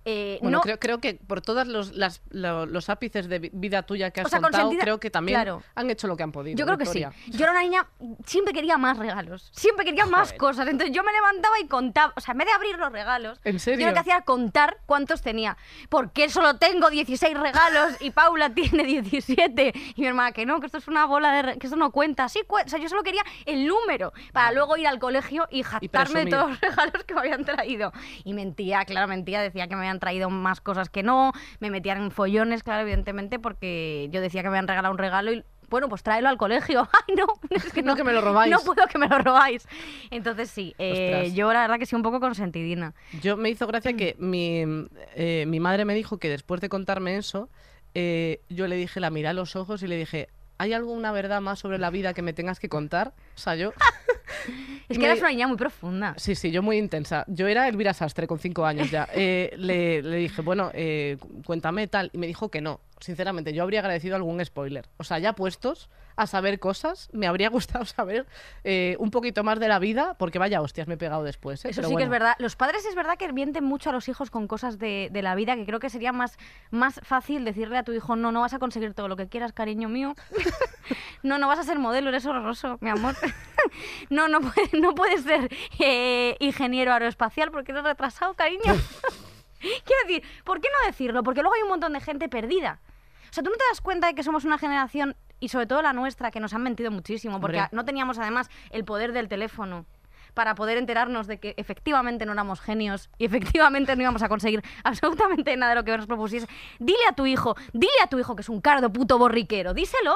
S2: Eh,
S3: Bueno,
S2: no,
S3: creo, creo que por todos los, las- lo- los ápices de vi- vida tuya que has
S2: O sea,
S3: contado,
S2: consentida-
S3: creo que también
S2: claro.
S3: han hecho lo que han podido.
S2: yo creo que sí.
S3: Victoria.
S2: Yo era una niña, siempre quería más regalos, siempre quería más cosas. Entonces yo me levantaba y contaba, o sea, en vez de abrir los regalos,
S3: ¿En
S2: yo
S3: serio?
S2: lo que hacía era contar cuántos tenía. Porque solo tengo 16 regalos y Paula tiene 17. Y mi hermana, que no, que esto es una bola de. re- que esto no cuenta. Sí, cue- o sea, yo solo quería el número para luego ir al colegio y jactarme de
S3: presumir.
S2: todos los regalos que me habían traído. Y mentía, claro, mentía, decía que me habían traído más cosas que no, me metían en follones, claro, evidentemente, porque yo decía que me habían regalado un regalo y bueno, pues tráelo al colegio. Ay, no, es que
S3: No,
S2: no,
S3: que me lo robáis.
S2: No puedo que me lo robáis. Entonces sí, eh,
S3: Ostras.
S2: yo la verdad que sí un poco consentidina.
S3: Yo me hizo gracia que
S2: Mm.
S3: mi, eh, mi madre me dijo que después de contarme eso, eh, yo le dije, la miré a los ojos y le dije, ¿hay alguna verdad más sobre la vida que me tengas que contar? O sea, yo...
S2: Es
S3: Y
S2: que
S3: me-
S2: eras una niña muy profunda.
S3: Sí, sí, yo muy intensa. Yo era Elvira Sastre con cinco años ya. Eh, le, le dije, bueno, eh, cu- cuéntame tal. Y me dijo que no. Sinceramente, yo habría agradecido algún spoiler. O sea, ya puestos a saber cosas, me habría gustado saber eh, un poquito más de la vida, porque vaya hostias, me he pegado después. ¿eh?
S2: Eso
S3: Pero
S2: sí que es
S3: bueno.
S2: verdad. Los padres es verdad que mienten mucho a los hijos con cosas de, de la vida, que creo que sería más, más fácil decirle a tu hijo, no, no vas a conseguir todo lo que quieras, cariño mío. no, no vas a ser modelo, eres horroroso, mi amor. no, no puedes no puedes ser eh, ingeniero aeroespacial porque eres retrasado, cariño. Quiero decir, ¿por qué no decirlo? Porque luego hay un montón de gente perdida. O sea, tú no te das cuenta de que somos una generación, y sobre todo la nuestra, que nos han mentido muchísimo, porque
S3: Hombre.
S2: no teníamos además el poder del teléfono para poder enterarnos de que efectivamente no éramos genios y efectivamente no íbamos a conseguir absolutamente nada de lo que nos propusiese. Dile a tu hijo, dile a tu hijo que es un cardo puto borriquero, díselo,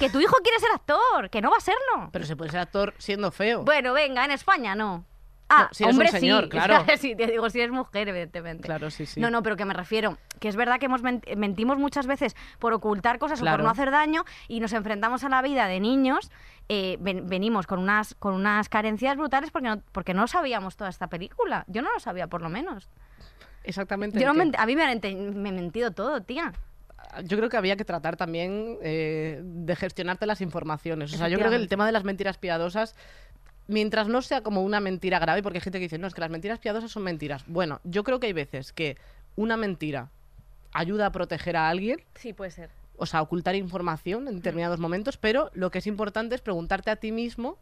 S2: que tu hijo quiere ser actor, que no va a serlo.
S3: Pero se puede ser actor siendo feo.
S2: Bueno, venga, en España no. Ah,
S3: si eres un
S2: hombre
S3: señor,
S2: sí,
S3: claro.
S2: sí, te digo, si es mujer, evidentemente.
S3: Claro, sí, sí.
S2: No, no, pero que me refiero, que es verdad que hemos men- mentimos muchas veces por ocultar cosas o
S3: Claro.
S2: por no hacer daño y nos enfrentamos a la vida de niños, eh, ven- venimos con unas, con unas carencias brutales porque no, porque no sabíamos toda esta película. Yo no lo sabía, por lo menos.
S3: Exactamente.
S2: Yo no
S3: que-
S2: men- a mí me han ente- me he mentido todo, tía.
S3: yo creo que había que tratar también eh, de gestionarte las informaciones. O sea, yo creo que el
S2: Efectivamente.
S3: tema de las mentiras piadosas, mientras no sea como una mentira grave, porque hay gente que dice, no, es que las mentiras piadosas son mentiras. Bueno, yo creo que hay veces que una mentira ayuda a proteger a alguien,
S2: Sí, puede ser.
S3: o sea, ocultar información en determinados momentos, pero lo que es importante es preguntarte a ti mismo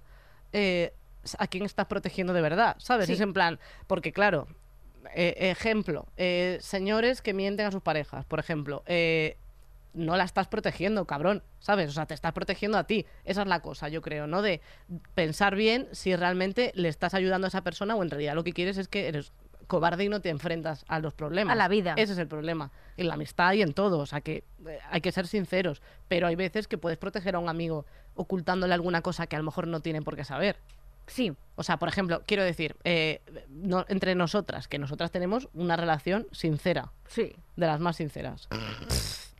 S3: eh, a quién estás protegiendo de verdad, ¿sabes?
S2: Sí.
S3: Es en plan, porque claro, eh, ejemplo, eh, señores que mienten a sus parejas, por ejemplo, eh, no la estás protegiendo, cabrón, ¿sabes? O sea, te estás protegiendo a ti. Esa es la cosa, yo creo, ¿no? De pensar bien si realmente le estás ayudando a esa persona o en realidad lo que quieres es que eres cobarde y no te enfrentas a los problemas.
S2: A la vida.
S3: Ese es el problema. En la amistad y en todo. O sea, que eh, hay que ser sinceros. Pero hay veces que puedes proteger a un amigo ocultándole alguna cosa que a lo mejor no tiene por qué saber.
S2: Sí,
S3: O sea, por ejemplo, quiero decir, eh, no- entre nosotras, que nosotras tenemos una relación sincera,
S2: sí.
S3: de las más sinceras.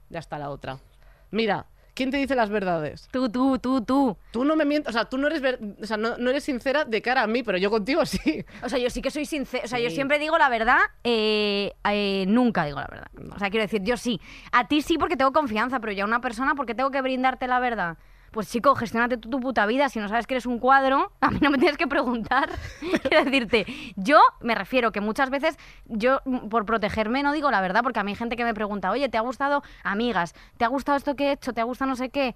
S3: ya está la otra. Mira, ¿quién te dice las verdades?
S2: Tú, tú, tú, tú.
S3: Tú no me mientes, o sea, tú no eres, ver- o sea, no, no eres sincera de cara a mí, pero yo contigo sí.
S2: O sea, yo sí que soy sincera. O sea, yo
S3: Sí.
S2: siempre digo la verdad, eh, eh, nunca digo la verdad. O sea, quiero decir, yo sí. A ti sí porque tengo confianza, pero ya a una persona porque tengo que brindarte la verdad. Pues chico, gestionate tú tu puta vida. Si no sabes que eres un cuadro, a mí no me tienes que preguntar. Quiero decirte, yo me refiero que muchas veces yo mm, por protegerme no digo la verdad, porque a mí hay gente que me pregunta, oye, ¿te ha gustado amigas? ¿Te ha gustado esto que he hecho? ¿Te ha gustado no sé qué?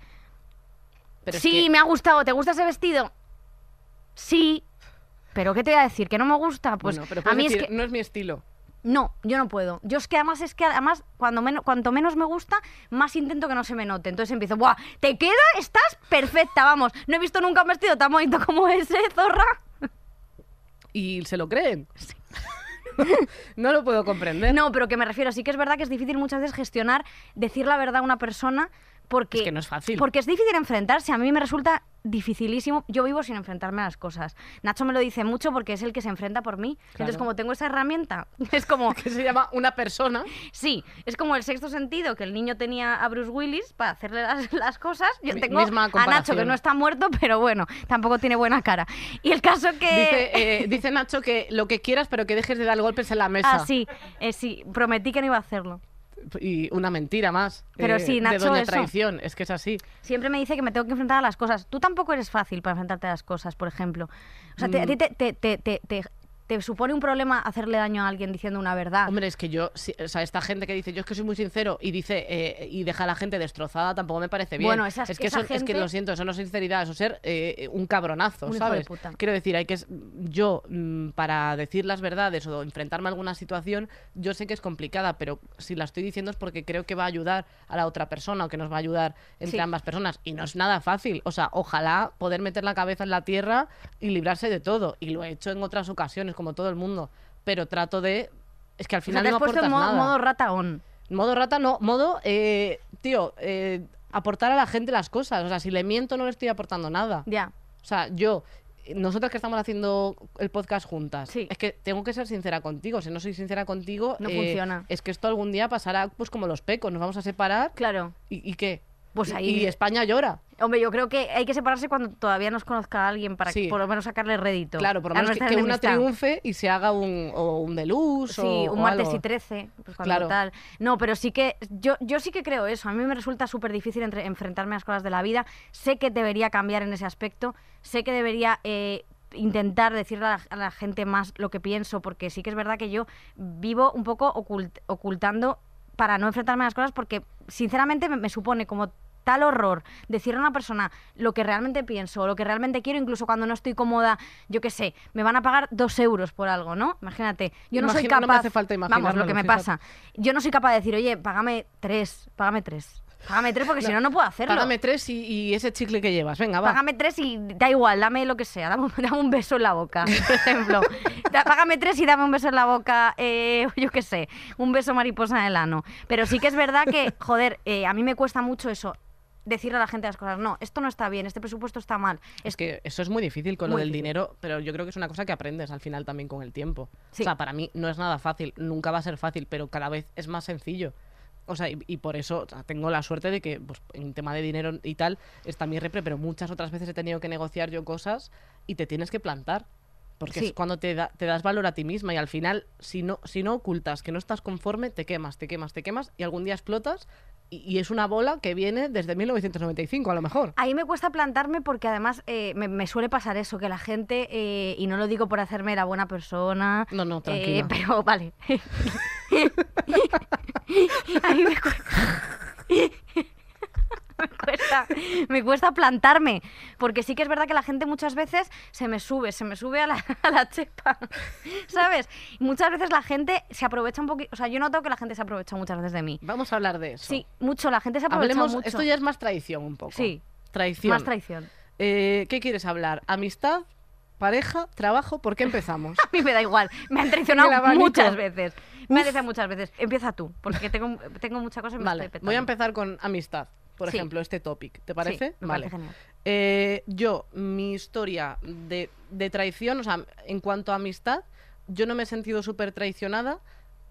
S3: Pero es
S2: sí,
S3: que-
S2: me ha gustado. ¿Te gusta ese vestido? Sí. ¿Pero qué te voy a decir? ¿Que no me gusta? Pues
S3: Bueno, pero
S2: a
S3: puedes
S2: mí
S3: decir,
S2: es que...
S3: no es mi estilo.
S2: No, yo no puedo. Yo es que además es que además cuando menos, cuanto menos me gusta, más intento que no se me note. Entonces empiezo, ¡buah! ¿Te queda? Estás perfecta, vamos. No he visto nunca un vestido tan bonito como ese, zorra.
S3: Y se lo creen. no lo puedo comprender.
S2: No, pero que me refiero, sí que es verdad que es difícil muchas veces gestionar, decir la verdad a una persona porque...
S3: Es que no es fácil.
S2: Porque es difícil enfrentarse, a mí me resulta dificilísimo, yo vivo sin enfrentarme a las cosas. Nacho me lo dice mucho porque es el que se enfrenta por mí. Entonces,
S3: Claro.
S2: como tengo esa herramienta, es como,
S3: Que se llama una persona.
S2: sí, es como el sexto sentido que el niño tenía a Bruce Willis para hacerle las, las cosas. Yo
S3: Mi-
S2: tengo
S3: misma
S2: a Nacho, que
S3: comparación.
S2: no está muerto, pero bueno, tampoco tiene buena cara. Y el caso que...
S3: Dice, eh, dice Nacho que lo que quieras, pero que dejes de dar golpes en la mesa.
S2: Ah, sí, eh, sí, prometí que no iba a hacerlo.
S3: Y una mentira más. eh,
S2: Pero sí, Nacho,
S3: De doña
S2: eso.
S3: traición. Es que es así.
S2: Siempre me dice que me tengo que enfrentar a las cosas. Tú tampoco eres fácil para enfrentarte a las cosas, por ejemplo. O sea, te,
S3: Mm.
S2: a ti te, te- te- te- te- te supone un problema hacerle daño a alguien diciendo una verdad.
S3: Hombre, es que yo, sí, o sea, esta gente que dice, yo es que soy muy sincero y dice, eh, y deja a la gente destrozada, tampoco me parece bien.
S2: Bueno, esas-
S3: es que
S2: esa
S3: eso- es que
S2: gente-
S3: lo siento, eso no es sinceridad, eso es ser eh, un cabronazo,
S2: Un hijo de
S3: ¿sabes?
S2: puta.
S3: Quiero decir, hay que es- yo mm, para decir las verdades o enfrentarme a alguna situación, yo sé que es complicada, pero si la estoy diciendo es porque creo que va a ayudar a la otra persona o que nos va a ayudar entre
S2: Sí.
S3: ambas personas y no es nada fácil, o sea, ojalá poder meter la cabeza en la tierra y librarse de todo y lo he hecho en otras ocasiones como todo el mundo, pero trato de es que al
S2: O sea,
S3: final
S2: te has
S3: no
S2: puesto
S3: aportas
S2: en modo,
S3: nada.
S2: modo rata on.
S3: Modo rata no, modo, eh, tío, eh, aportar a la gente las cosas. O sea, si le miento no le estoy aportando nada.
S2: Ya.
S3: O sea, yo, eh, nosotras que estamos haciendo el podcast juntas,
S2: Sí.
S3: es que tengo que ser sincera contigo. Si no soy sincera contigo,
S2: No
S3: eh,
S2: funciona.
S3: Es que esto algún día pasará pues como los pecos, nos vamos a separar
S2: Claro.
S3: y, y qué.
S2: Pues
S3: Y-
S2: ahí-
S3: Y, España llora.
S2: Hombre, yo creo que hay que separarse cuando todavía nos conozca alguien para
S3: Sí.
S2: por lo menos sacarle rédito.
S3: Claro, por
S2: a
S3: lo menos que,
S2: nuestra
S3: que una
S2: enemistad.
S3: triunfe y se haga un, o un deluxe
S2: Sí,
S3: o
S2: un
S3: o
S2: martes
S3: algo.
S2: y 13, pues cuando
S3: Claro.
S2: tal. No, pero sí que yo, yo sí que creo eso. A mí me resulta súper difícil entre- enfrentarme a las cosas de la vida. Sé que debería cambiar en ese aspecto. Sé que debería eh, intentar decirle a la, a la gente más lo que pienso, porque sí que es verdad que yo vivo un poco ocult- ocultando para no enfrentarme a las cosas, porque sinceramente me, me supone como tal horror decirle a una persona lo que realmente pienso o lo que realmente quiero, incluso cuando no estoy cómoda, yo qué sé, me van a pagar dos euros por algo, ¿no? Imagínate, yo no soy
S3: Imagina-
S2: capaz.
S3: no me hace falta
S2: vamos, lo
S3: imaginármelo,
S2: que me
S3: fíjate.
S2: pasa. Yo no soy capaz de decir, oye, págame tres, págame tres. Págame tres porque si no, no puedo hacerlo.
S3: Págame tres y, y ese chicle que llevas. Venga, va.
S2: Págame tres y da igual, dame lo que sea, dame, un- dame un beso en la boca, por ejemplo. Da- Págame tres y dame un beso en la boca, eh, yo qué sé, un beso mariposa en el ano. Pero sí que es verdad que, joder, eh, a mí me cuesta mucho eso, decirle a la gente las cosas, no, esto no está bien, este presupuesto está mal.
S3: Es que eso es muy difícil con lo
S2: Muy
S3: del
S2: difícil.
S3: dinero, pero yo creo que es una cosa que aprendes al final también con el tiempo.
S2: Sí.
S3: O sea, para mí no es nada fácil, nunca va a ser fácil, pero cada vez es más sencillo. O sea, y, y por eso o sea, tengo la suerte de que pues, en tema de dinero y tal está mi repre, pero muchas otras veces he tenido que negociar yo cosas y te tienes que plantar. Porque
S2: Sí.
S3: es cuando te, da- te das valor a ti misma y al final, si no, si no ocultas que no estás conforme, te quemas, te quemas, te quemas y algún día explotas y, y es una bola que viene desde 1995 a lo mejor.
S2: Ahí me cuesta plantarme porque además eh, me, me suele pasar eso, que la gente, eh, y no lo digo por hacerme la buena persona,
S3: No, no,
S2: eh,
S3: tranquila.
S2: pero vale. A mí me cuesta... me cuesta, me cuesta plantarme, porque sí que es verdad que la gente muchas veces se me sube, se me sube a la, a la chepa, ¿sabes? Muchas veces la gente se aprovecha un poquito, o sea, yo noto que la gente se aprovecha muchas veces de mí.
S3: Vamos a hablar de eso.
S2: Sí, mucho, la gente se aprovecha
S3: Hablemos,
S2: mucho.
S3: esto ya es más traición un poco.
S2: Sí.
S3: Traición.
S2: Más traición.
S3: Eh, ¿Qué quieres hablar? ¿Amistad? ¿Pareja? ¿Trabajo? ¿Por qué empezamos?
S2: A mí me da igual. Me han traicionado
S3: El abanico.
S2: muchas veces. Me han traicionado muchas veces. Empieza tú, porque tengo, tengo mucha cosa este y me
S3: vale,
S2: estoy petando.
S3: voy a empezar con amistad. Por
S2: Sí.
S3: ejemplo, este topic. ¿Te
S2: Sí,
S3: parece?
S2: me
S3: vale.
S2: parece genial.
S3: Eh, yo, mi historia de, de traición, o sea, en cuanto a amistad, yo no me he sentido súper traicionada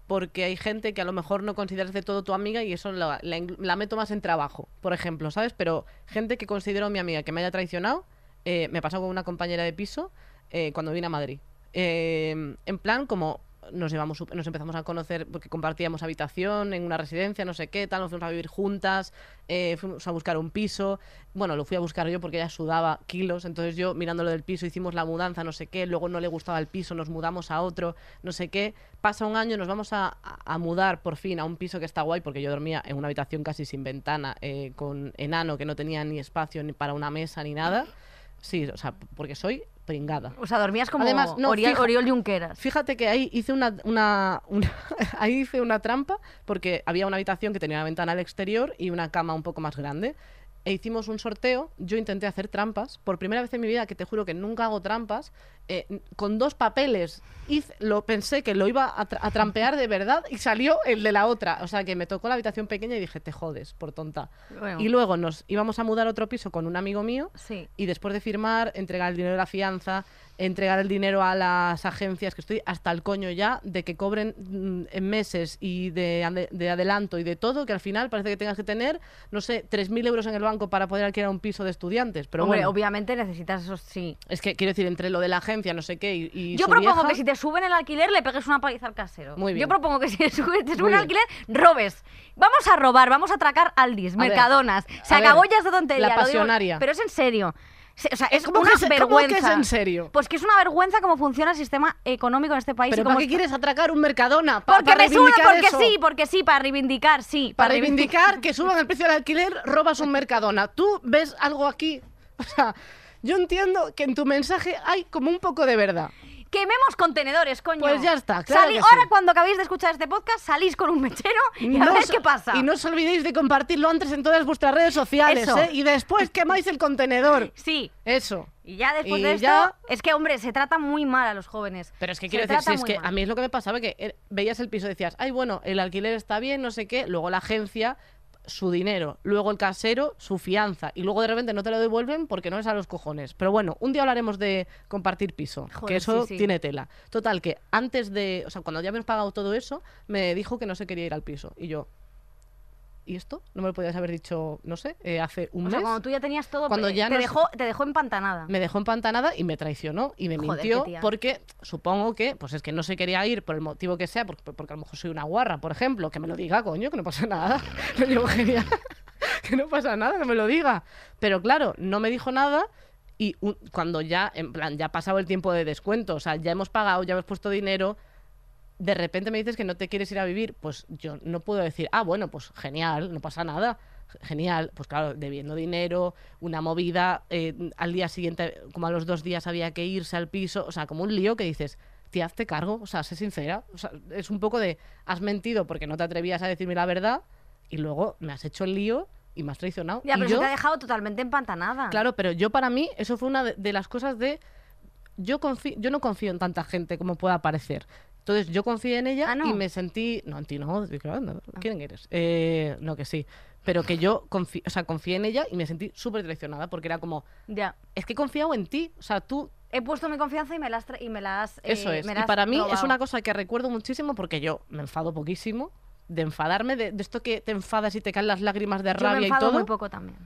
S3: porque hay gente que a lo mejor no consideras de todo tu amiga y eso la, la in- la meto más en trabajo, por ejemplo, ¿sabes? Pero gente que considero mi amiga que me haya traicionado, eh, me pasó con una compañera de piso eh, cuando vine a Madrid. Eh, en plan, como nos llevamos sup- nos empezamos a conocer porque compartíamos habitación en una residencia, no sé qué, tal, nos fuimos a vivir juntas, eh, fuimos a buscar un piso. Bueno, lo fui a buscar yo porque ella sudaba kilos, entonces yo mirándolo del piso hicimos la mudanza, no sé qué, luego no le gustaba el piso, nos mudamos a otro, no sé qué. Pasa un año, nos vamos a, a- a mudar por fin a un piso que está guay porque yo dormía en una habitación casi sin ventana, eh, con enano que no tenía ni espacio ni para una mesa ni nada. Sí, o sea, p- porque soy pringada.
S2: O sea, dormías como
S3: Además, no,
S2: Oriol,
S3: fija-
S2: Oriol Junqueras.
S3: Fíjate que ahí hice una, una- una- ahí hice una trampa porque había una habitación que tenía una ventana al exterior y una cama un poco más grande. E hicimos un sorteo, yo intenté hacer trampas, por primera vez en mi vida, que te juro que nunca hago trampas, eh, n- con dos papeles hice- lo pensé que lo iba a, tra- a trampear de verdad y salió el de la otra. O sea que me tocó la habitación pequeña y dije, te jodes, por tonta.
S2: Bueno,
S3: Y luego nos íbamos a mudar a otro piso con un amigo mío
S2: sí.
S3: y después de firmar, entregar el dinero de la fianza, entregar el dinero a las agencias, que estoy hasta el coño ya, de que cobren mm, en meses y de, ade- de adelanto y de todo, que al final parece que tengas que tener, no sé, 3.000 euros en el banco para poder alquilar un piso de estudiantes. Pero
S2: Hombre,
S3: bueno,
S2: obviamente necesitas eso, sí.
S3: es que quiero decir, entre lo de la agencia, no sé qué, y, y
S2: Yo
S3: su
S2: propongo
S3: vieja-
S2: que si te suben el alquiler, le pegues una paliza al casero.
S3: Muy bien.
S2: Yo propongo que si te suben, te suben el
S3: bien.
S2: alquiler, robes. Vamos a robar, vamos a atracar Aldis,
S3: A ver,
S2: Mercadonas. Se
S3: a ver,
S2: acabó ya esta tontería.
S3: la
S2: lo digo-
S3: pasionaria.
S2: pero es en serio. Se- O sea, es
S3: ¿Cómo
S2: una
S3: que es- cómo que es
S2: vergüenza.
S3: en serio?
S2: Pues que es una vergüenza cómo funciona el sistema económico en este país. y
S3: ¿Pero
S2: cómo
S3: para qué
S2: está-
S3: quieres atracar un Mercadona? Pa-
S2: Porque
S3: para
S2: me suben,
S3: reivindicar
S2: porque
S3: eso.
S2: sí, porque sí, para reivindicar, sí.
S3: Para reivindicar que suban el precio del alquiler, robas un Mercadona. ¿Tú ves algo aquí? O sea, yo entiendo que en tu mensaje hay como un poco de verdad.
S2: Quememos contenedores, coño.
S3: Pues ya está, claro
S2: Salí-
S3: que sí.
S2: ahora cuando acabéis de escuchar este podcast, salís con un mechero y a
S3: No
S2: ver
S3: os-
S2: qué pasa.
S3: Y no os olvidéis de compartirlo antes en todas vuestras redes sociales,
S2: Eso.
S3: ¿eh? Y después quemáis el contenedor.
S2: Sí.
S3: Eso.
S2: Y ya después
S3: Y
S2: de esto,
S3: ya-
S2: es que, hombre, se trata muy mal a los jóvenes.
S3: Pero es que
S2: Se
S3: quiero decir,
S2: trata
S3: si es
S2: muy
S3: que
S2: mal.
S3: a mí es lo que me pasaba, que eh, veías el piso y decías, ay, bueno, el alquiler está bien, no sé qué, luego la agencia, su dinero, luego el casero, su fianza, y luego de repente no te lo devuelven porque no es a los cojones. Pero bueno, un día hablaremos de compartir piso,
S2: Joder,
S3: que eso
S2: sí, sí.
S3: tiene tela. Total, que antes de, o sea, cuando ya habíamos pagado todo eso, me dijo que no se quería ir al piso. Y yo, ¿y esto? No me lo podías haber dicho, no sé, eh, hace un
S2: O
S3: mes.
S2: sea, cuando tú ya tenías todo,
S3: Cuando
S2: eh,
S3: ya
S2: te,
S3: nos-
S2: dejó, te dejó empantanada.
S3: me dejó empantanada y me traicionó y me
S2: Joder, qué
S3: mintió
S2: tía.
S3: porque supongo que pues es que no se quería ir por el motivo que sea porque, porque a lo mejor soy una guarra por ejemplo que me lo diga coño que no pasa nada lo llevo genial que no pasa nada que me lo diga pero claro no me dijo nada y un- cuando ya en plan ya ha pasado el tiempo de descuento o sea ya hemos pagado ya hemos puesto dinero de repente me dices que no te quieres ir a vivir, pues yo no puedo decir, ah, bueno, pues genial, no pasa nada. genial, pues claro, debiendo dinero, una movida, eh, al día siguiente, como a los dos días había que irse al piso, o sea, como un lío que dices, tía, hazte cargo, o sea, sé sincera, o sea, es un poco de, has mentido porque no te atrevías a decirme la verdad y luego me has hecho el lío y me has traicionado.
S2: Ya,
S3: y
S2: pero
S3: yo-
S2: se te ha dejado totalmente empantanada.
S3: Claro, pero yo para mí eso fue una de, de las cosas de yo confí- yo no confío en tanta gente como pueda parecer. Entonces yo confié en ella
S2: Ah, ¿no?
S3: y me sentí no en ti no, digo, "Ah, no, ¿quién eres? Eh, no que sí, pero que yo confí- o sea, confié en ella y me sentí súper traicionada porque era como
S2: Ya.
S3: es que he confiado en ti, o sea, tú
S2: He puesto mi confianza y me las y me las
S3: eso
S2: eh,
S3: es.
S2: me
S3: Y
S2: la has
S3: para mí es
S2: robado.
S3: una cosa que recuerdo muchísimo porque yo me enfado poquísimo de enfadarme de, de esto que te enfadas y te caen las lágrimas de
S2: Yo me
S3: rabia y
S2: enfado
S3: todo.
S2: muy poco también.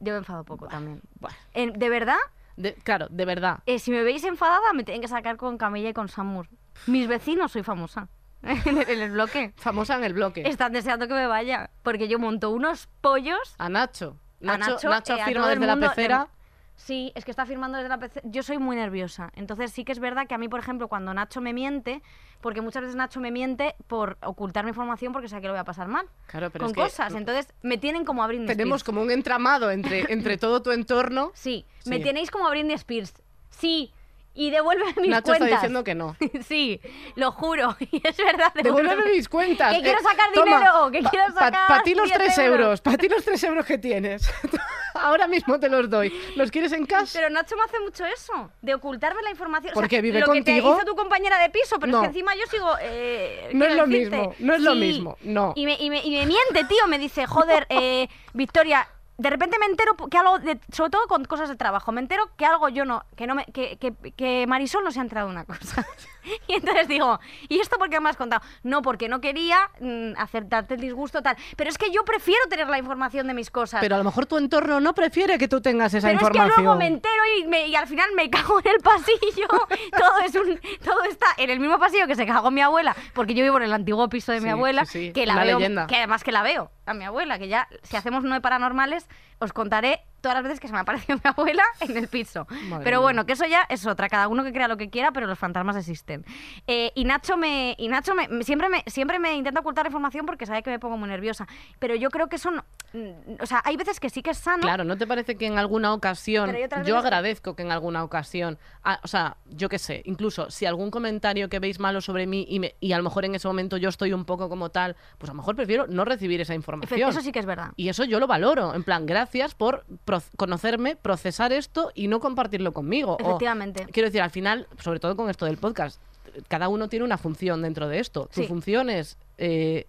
S2: Yo me enfado poco también.
S3: Bueno,
S2: En- de verdad,
S3: de- claro, de verdad.
S2: eh, si me veis enfadada, me tienen que sacar con Camilla y con Samur. Mis vecinos soy famosa. en, el, en el bloque.
S3: Famosa en el bloque.
S2: Están deseando que me vaya. Porque yo monto unos pollos.
S3: A Nacho.
S2: A
S3: Nacho,
S2: Nacho,
S3: Nacho
S2: eh, a
S3: afirma
S2: todo el
S3: desde la
S2: mundo,
S3: pecera.
S2: Sí, es que está firmando desde la PC. Yo soy muy nerviosa. Entonces sí que es verdad que a mí, por ejemplo, cuando Nacho me miente, porque muchas veces Nacho me miente por ocultar mi información porque sé que lo voy a pasar mal.
S3: Claro, pero
S2: con
S3: es que
S2: cosas. Entonces me tienen como a Britney
S3: Tenemos
S2: Spears.
S3: como un entramado entre, entre todo tu entorno.
S2: Sí, me
S3: Sí.
S2: tenéis como a Britney Spears. Sí, y devuélveme mis
S3: Nacho
S2: cuentas.
S3: está diciendo que no.
S2: Sí, lo juro. Y es verdad.
S3: Devuélveme mis cuentas. Eh,
S2: Que quiero sacar
S3: toma,
S2: dinero, que quiero sacar
S3: Para ti los
S2: 10
S3: tres
S2: euros.
S3: euros. Para ti los tres euros que tienes. Ahora mismo te los doy. ¿Los quieres en cash?
S2: Pero Nacho me hace mucho eso, de ocultarme la información. O sea,
S3: Porque vive
S2: lo
S3: contigo.
S2: que te hizo tu compañera de piso, pero es
S3: No.
S2: que encima yo sigo. eh,
S3: No es
S2: quiero
S3: lo
S2: decirte,
S3: mismo, no es lo mismo, no.
S2: Y me, y me- y me miente, tío, me dice, joder, eh, Victoria. De repente me entero que algo, de- sobre todo con cosas de trabajo, me entero que algo yo no, que no me, que, que- que Marisol no se ha enterado de una cosa. y entonces digo, ¿y esto por qué me has contado? No, porque no quería mm, hacer- darte el disgusto tal. Pero es que yo prefiero tener la información de mis cosas.
S3: Pero a lo mejor tu entorno no prefiere que tú tengas esa
S2: Pero
S3: información.
S2: es que luego me entero y, me- y al final me cago en el pasillo. todo, es un, todo está en el mismo pasillo que se cagó mi abuela, porque yo vivo en el antiguo piso de mi
S3: Sí,
S2: abuela,
S3: sí, sí,
S2: que la
S3: una
S2: veo,
S3: leyenda.
S2: que además que la veo a mi abuela, que ya si hacemos no de paranormales os contaré todas las veces que se me apareció mi abuela en el piso.
S3: Madre
S2: pero
S3: mía.
S2: bueno, que eso ya es otra, cada uno que crea lo que quiera, pero los fantasmas existen. Eh, y Nacho me y Nacho me, me- siempre me siempre me intenta ocultar información porque sabe que me pongo muy nerviosa, pero yo creo que eso no- mm, o sea, hay veces que sí que es sano.
S3: Claro, ¿no te parece que en alguna ocasión,
S2: Pero hay otras
S3: yo
S2: veces que-
S3: agradezco que en alguna ocasión, ah, o sea, yo qué sé, incluso si algún comentario que veis malo sobre mí y, me- y a lo mejor en ese momento yo estoy un poco como tal, pues a lo mejor prefiero no recibir esa
S2: Efe-
S3: información.
S2: Eso sí que es verdad.
S3: Y eso yo lo valoro, en plan, gracias por pro- conocerme, procesar esto y no compartirlo conmigo. O,
S2: Efectivamente.
S3: quiero decir, al final, sobre todo con esto del podcast, cada uno tiene una función dentro de esto.
S2: Sí.
S3: Tu función es eh,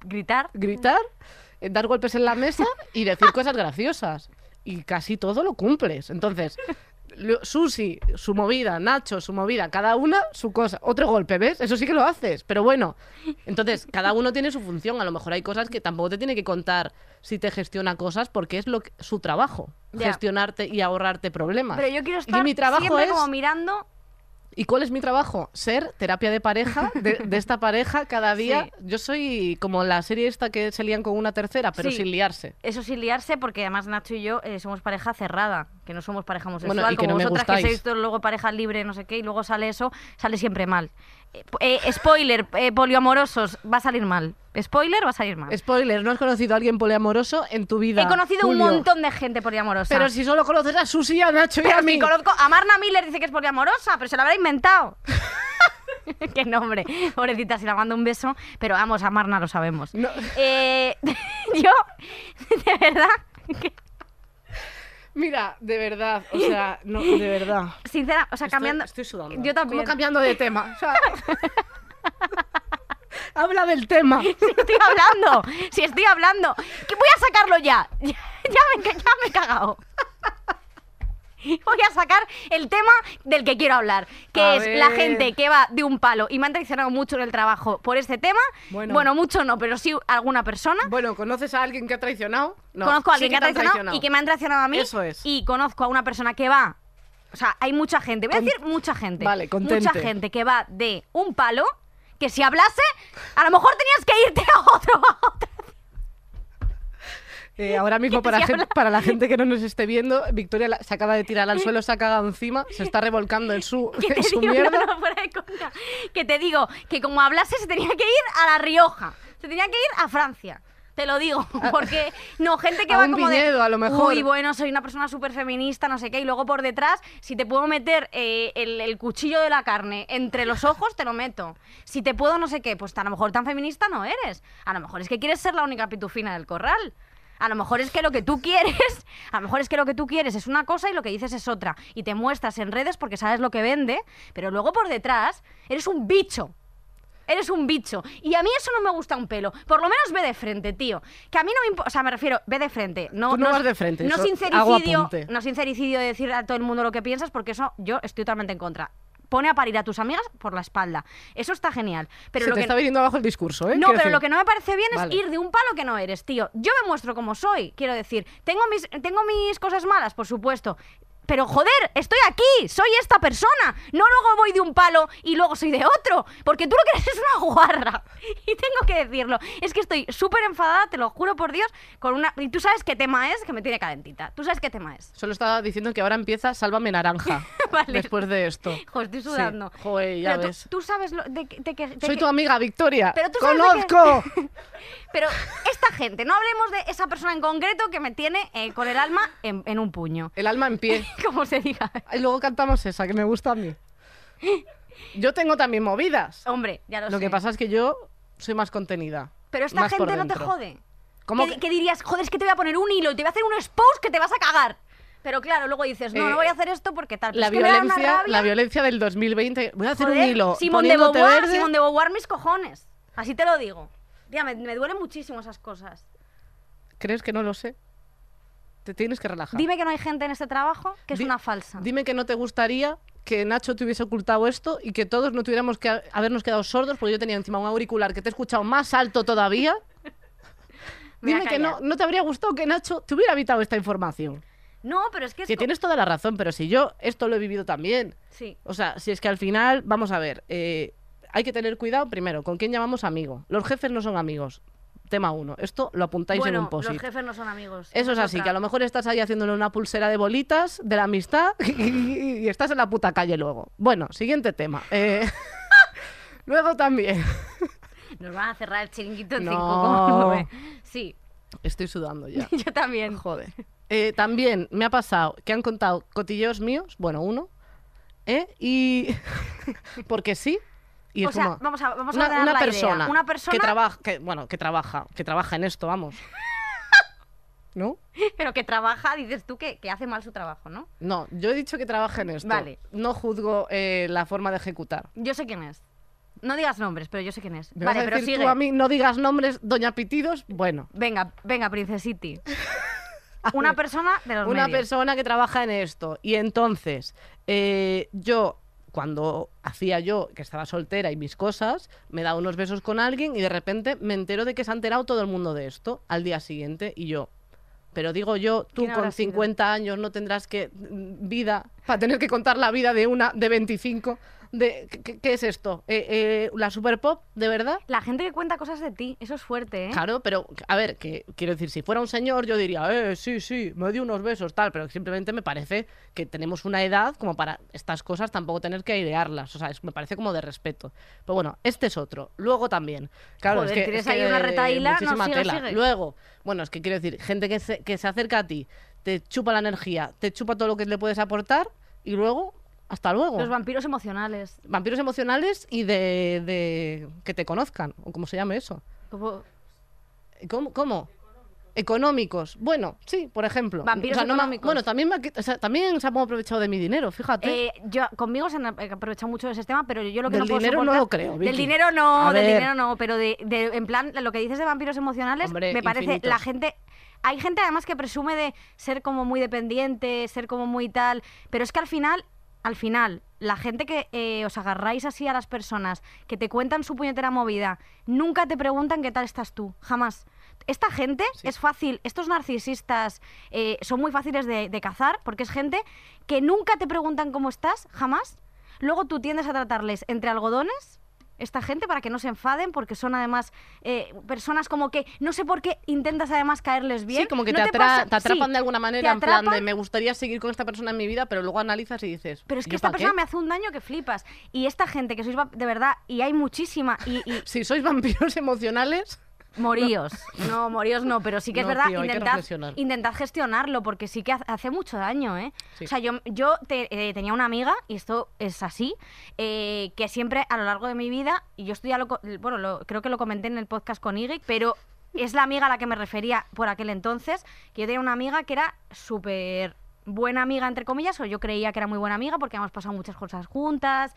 S2: Gritar.
S3: gritar, eh, dar golpes en la mesa y decir cosas graciosas. Y casi todo lo cumples. Entonces, lo- Susi, su movida, Nacho, su movida, cada una su cosa. Otro golpe, ¿ves? Eso sí que lo haces. Pero bueno, entonces, cada uno tiene su función. A lo mejor hay cosas que tampoco te tiene que contar si te gestiona cosas porque es lo que- su trabajo.
S2: Ya.
S3: Gestionarte y ahorrarte problemas.
S2: Pero yo quiero estar
S3: y mi trabajo
S2: siempre
S3: es
S2: como mirando.
S3: ¿Y cuál es mi trabajo? Ser terapia de pareja, de, de esta pareja cada día.
S2: Sí.
S3: Yo soy como la serie esta que se lían con una tercera, pero
S2: Sí.
S3: sin liarse.
S2: Eso sin liarse, porque además Nacho y yo eh, somos pareja cerrada, que no somos pareja homosexual,
S3: Bueno, y que
S2: como
S3: no me
S2: vosotras que
S3: gustáis.
S2: sois todo luego pareja libre, no sé qué, y luego sale eso, sale siempre mal. Eh, po- eh, spoiler, eh, poliamorosos, va a salir mal. Spoiler, va a salir mal.
S3: Ah. Spoiler, ¿no has conocido a alguien poliamoroso en tu vida?
S2: He conocido
S3: Julio?
S2: un montón de gente poliamorosa.
S3: Pero si solo conoces a Susi, a Nacho y
S2: Pero
S3: a
S2: si
S3: mí.
S2: conozco a Marna Miller dice que es poliamorosa, pero se la habrá inventado. Qué nombre, pobrecita, si la mando un beso, pero vamos, a Marna lo sabemos.
S3: No.
S2: Eh, yo, de verdad, que
S3: Mira, de verdad, o sea, no, de verdad.
S2: sincera, o sea, cambiando.
S3: Estoy, estoy sudando.
S2: Yo también.
S3: Como cambiando de tema. o sea. Habla del tema.
S2: Si estoy hablando, si estoy hablando. Que voy a sacarlo ya. Ya, ya me, he ca- ya me he cagado. Voy a sacar el tema del que quiero hablar, que
S3: A
S2: es la
S3: ver.
S2: gente que va de un palo y me han traicionado mucho en el trabajo por este tema.
S3: Bueno.
S2: Bueno, mucho no, pero sí alguna persona.
S3: Bueno, ¿conoces a alguien que ha traicionado? No,
S2: conozco a
S3: sí
S2: alguien que ha
S3: te han
S2: traicionado, y que me han traicionado a mí.
S3: Eso es.
S2: Y conozco a una persona que va. O sea, hay mucha gente. Voy a
S3: Con-
S2: decir mucha gente.
S3: Vale, contente.
S2: Mucha gente que va de un palo que si hablase, a lo mejor tenías que irte a otro, a otro
S3: Eh, ahora mismo,
S2: ¿Qué
S3: para,
S2: se
S3: gen-
S2: habla?
S3: para la gente que no nos esté viendo, Victoria la- se acaba de tirar al suelo, se ha cagado encima, se está revolcando en su,
S2: que te
S3: en su
S2: digo, no,
S3: mierda.
S2: no, fuera de coña. que te digo que como hablase se tenía que ir a La Rioja, se tenía que ir a Francia. te lo digo.
S3: Ah.
S2: Porque, no, gente que
S3: A
S2: va
S3: un
S2: como de,
S3: viñedo, a lo mejor.
S2: Uy, bueno, soy una persona súper feminista, no sé qué. Y luego por detrás, si te puedo meter eh, el, el cuchillo de la carne entre los ojos, te lo meto. Si te puedo no sé qué, pues a lo mejor tan feminista no eres. A lo mejor es que quieres ser la única pitufina del corral. A lo mejor es que lo que tú quieres, a lo mejor es que lo que tú quieres es una cosa y lo que dices es otra. Y te muestras en redes porque sabes lo que vende, pero luego por detrás eres un bicho. Eres un bicho. Y a mí eso no me gusta un pelo. Por lo menos ve de frente, tío. Que a mí no me importa. O sea, me refiero, ve de frente. No,
S3: Tú no vas
S2: es-
S3: de frente,
S2: No
S3: eso- hago
S2: sincericidio,
S3: apunte.
S2: no sincericidio de decir a todo el mundo lo que piensas, porque eso yo estoy totalmente en contra. Pone a parir a tus amigas por la espalda. Eso está genial. Pero
S3: Se
S2: lo
S3: te
S2: que
S3: está viniendo abajo el discurso, ¿eh?
S2: no,
S3: Quiero
S2: pero
S3: decir,
S2: lo que no me parece bien
S3: Vale.
S2: es ir de un palo que no eres, tío. Yo me muestro como soy, quiero decir. Tengo mis, tengo mis cosas malas, por supuesto. Pero joder, estoy aquí, soy esta persona. No luego voy de un palo y luego soy de otro. Porque tú lo que eres es una guarra. Y tengo que decirlo. Es que estoy súper enfadada, te lo juro por Dios, con una... Y tú sabes qué tema es, que me tiene calentita. Tú sabes qué tema es.
S3: Solo estaba diciendo que ahora empieza Sálvame Naranja.
S2: Vale.
S3: Después de esto.
S2: Jo, estoy
S3: Sí.
S2: sudando.
S3: Joder, ya
S2: Pero tú-
S3: ves.
S2: Tú, sabes lo- de, que- de que- de
S3: Soy
S2: que-
S3: tu amiga, Victoria.
S2: Pero tú sabes de que-
S3: ¡Conozco!
S2: Pero esta gente, no hablemos de esa persona en concreto que me tiene eh, con el alma en, en un puño.
S3: El alma en pie.
S2: Como se diga.
S3: Y luego cantamos esa, que me gusta a mí. Yo tengo también movidas.
S2: Hombre, ya Oh, lo,
S3: Lo
S2: sé.
S3: que pasa es que yo soy más contenida.
S2: Pero esta
S3: más por
S2: gente no te
S3: dentro.
S2: jode.
S3: ¿Cómo
S2: ¿Qué,
S3: que-
S2: qué dirías? Joder, es que te voy a poner un hilo y te voy a hacer unos posts que te vas a cagar. Pero claro, luego dices, no,
S3: Eh,
S2: no voy a hacer esto porque tal. Pero
S3: La
S2: Ah, pues es que me da una
S3: violencia,
S2: rabia.
S3: la violencia del 2020. Voy a hacer un
S2: Joder,
S3: hilo.
S2: Simón de
S3: poniéndote
S2: Beauvoir,
S3: verde.
S2: Simón de Beauvoir, mis cojones. Así te lo digo. Tía, me, me duelen muchísimo esas cosas.
S3: ¿Crees que no lo sé? Te tienes que relajar.
S2: Dime que no hay gente en este trabajo que es
S3: Di-
S2: una falsa.
S3: Dime que no te gustaría que Nacho te hubiese ocultado esto y que todos no tuviéramos que ha- habernos quedado sordos porque yo tenía encima un auricular que te he escuchado más alto todavía.
S2: Me voy a
S3: Dime que no,
S2: callar.
S3: no te habría gustado que Nacho te hubiera evitado esta información.
S2: No, pero es que es.
S3: Que
S2: co-
S3: tienes toda la razón, pero si yo esto lo he vivido también.
S2: Sí.
S3: O sea, si es que al final, vamos a ver, eh, hay que tener cuidado primero con quién llamamos amigo. Los jefes no son amigos. Tema uno. Esto lo apuntáis
S2: Bueno,
S3: en un post
S2: los jefes no son amigos.
S3: Eso es
S2: otra.
S3: así, que a lo mejor estás ahí haciéndole una pulsera de bolitas de la amistad y estás en la puta calle luego. Bueno, siguiente tema. Eh, luego también.
S2: Nos van a cerrar el chiringuito en
S3: No.
S2: 5,9. Sí,
S3: Estoy sudando ya.
S2: yo también.
S3: Joder. Eh, también me ha pasado que han contado cotilleos míos, bueno, uno, ¿eh? Y. Porque sí. Y
S2: O
S3: es
S2: sea,
S3: como-
S2: vamos a- vamos a
S3: una,
S2: ordenar
S3: una
S2: la idea.
S3: persona
S2: Una persona-
S3: Que trabaja. Que, bueno, que trabaja. Que trabaja en esto, vamos. ¿No?
S2: Pero que trabaja, dices tú, que, que hace mal su trabajo, ¿no?
S3: No, yo he dicho que trabaja en esto.
S2: Vale.
S3: No juzgo eh, la forma de ejecutar.
S2: Yo sé quién es. No digas nombres, pero yo sé quién es.
S3: ¿Me
S2: vale,
S3: vas a
S2: pero
S3: decir
S2: sigue.
S3: tú a mí, no digas nombres, doña Pitidos? Bueno.
S2: Venga, venga, Princesiti. Una persona de los
S3: Una
S2: medios.
S3: persona que trabaja en esto. Y entonces, eh, yo, cuando hacía yo, que estaba soltera y mis cosas, me daba unos besos con alguien y de repente me entero de que se ha enterado todo el mundo de esto al día siguiente y yo. Pero digo yo, tú
S2: ¿Quién habrá
S3: con
S2: sido?
S3: 50 años no tendrás que mm, vida para tener que contar la vida de una de 25. De, ¿qué- ¿qué, qué es esto? Eh, eh, ¿La super pop? ¿De verdad?
S2: La gente que cuenta cosas de ti, eso es fuerte, ¿eh?
S3: Claro, pero a ver, que quiero decir, si fuera un señor yo diría, eh, sí, sí, me dio unos besos, tal, pero simplemente me parece que tenemos una edad como para estas cosas tampoco tener que airearlas, o sea, es- me parece como de respeto. Pero bueno, este es otro. Luego también, claro,
S2: Joder,
S3: es que
S2: tienes
S3: es que,
S2: ahí una
S3: eh,
S2: retahíla, no,
S3: muchísima
S2: sigue,
S3: tela.
S2: sigue.
S3: Luego, bueno, es que quiero decir, gente que se, que se acerca a ti, te chupa la energía, te chupa todo lo que le puedes aportar y luego, hasta luego.
S2: Los vampiros emocionales.
S3: Vampiros emocionales y de, de que te conozcan, o como se llame eso.
S2: Como-
S3: ¿Cómo? cómo? Económicos. Bueno, sí, por ejemplo.
S2: Vampiros
S3: no me ha-
S2: económicos.
S3: bueno, también, me ha quit- o sea, también se han aprovechado de mi dinero, fíjate.
S2: Eh, yo, conmigo se han ap- aprovechado mucho de ese tema, pero yo lo que
S3: Del
S2: no puedo
S3: dinero no
S2: soportar-
S3: lo creo,
S2: Del
S3: Vicky.
S2: dinero no,
S3: A
S2: del
S3: ver.
S2: dinero no, pero de, de- en plan, lo que dices de vampiros emocionales,
S3: Hombre,
S2: me parece
S3: infinitos.
S2: la gente... Hay gente además que presume de ser como muy dependiente, ser como muy tal, pero es que al final, al final, la gente que eh, os agarráis así a las personas, que te cuentan su puñetera movida, nunca te preguntan qué tal estás tú, jamás. Esta gente es fácil, estos narcisistas eh, son muy fáciles de, de cazar porque es gente que nunca te preguntan cómo estás, jamás. Luego tú tiendes a tratarles entre algodones, esta gente, para que no se enfaden porque son además eh, personas como que no sé por qué intentas además caerles bien.
S3: sí, como que
S2: ¿No
S3: te, atra-
S2: pasa?
S3: te atrapan
S2: Sí,
S3: de alguna
S2: te
S3: manera, en plan de
S2: atrapan,
S3: me gustaría seguir con esta persona en mi vida, pero luego analizas y dices.
S2: Pero es
S3: "¿Yo
S2: que esta
S3: pa' qué?".
S2: persona me hace un daño que flipas. Y esta gente que sois va- de verdad, y hay muchísima, y, y-
S3: Si sois vampiros emocionales,
S2: Moríos. No, moríos no, pero sí que es
S3: No,
S2: verdad,
S3: tío, hay que
S2: intentad,
S3: reflexionar.
S2: intentad gestionarlo, porque sí que ha- hace mucho daño, ¿eh?
S3: Sí.
S2: O sea, yo, yo te- eh, tenía una amiga, y esto es así, eh, que siempre a lo largo de mi vida, y yo esto ya lo, co- bueno, lo- creo que lo comenté en el podcast con Iggy, pero es la amiga a la que me refería por aquel entonces, que yo tenía una amiga que era súper buena amiga, entre comillas, o yo creía que era muy buena amiga porque hemos pasado muchas cosas juntas,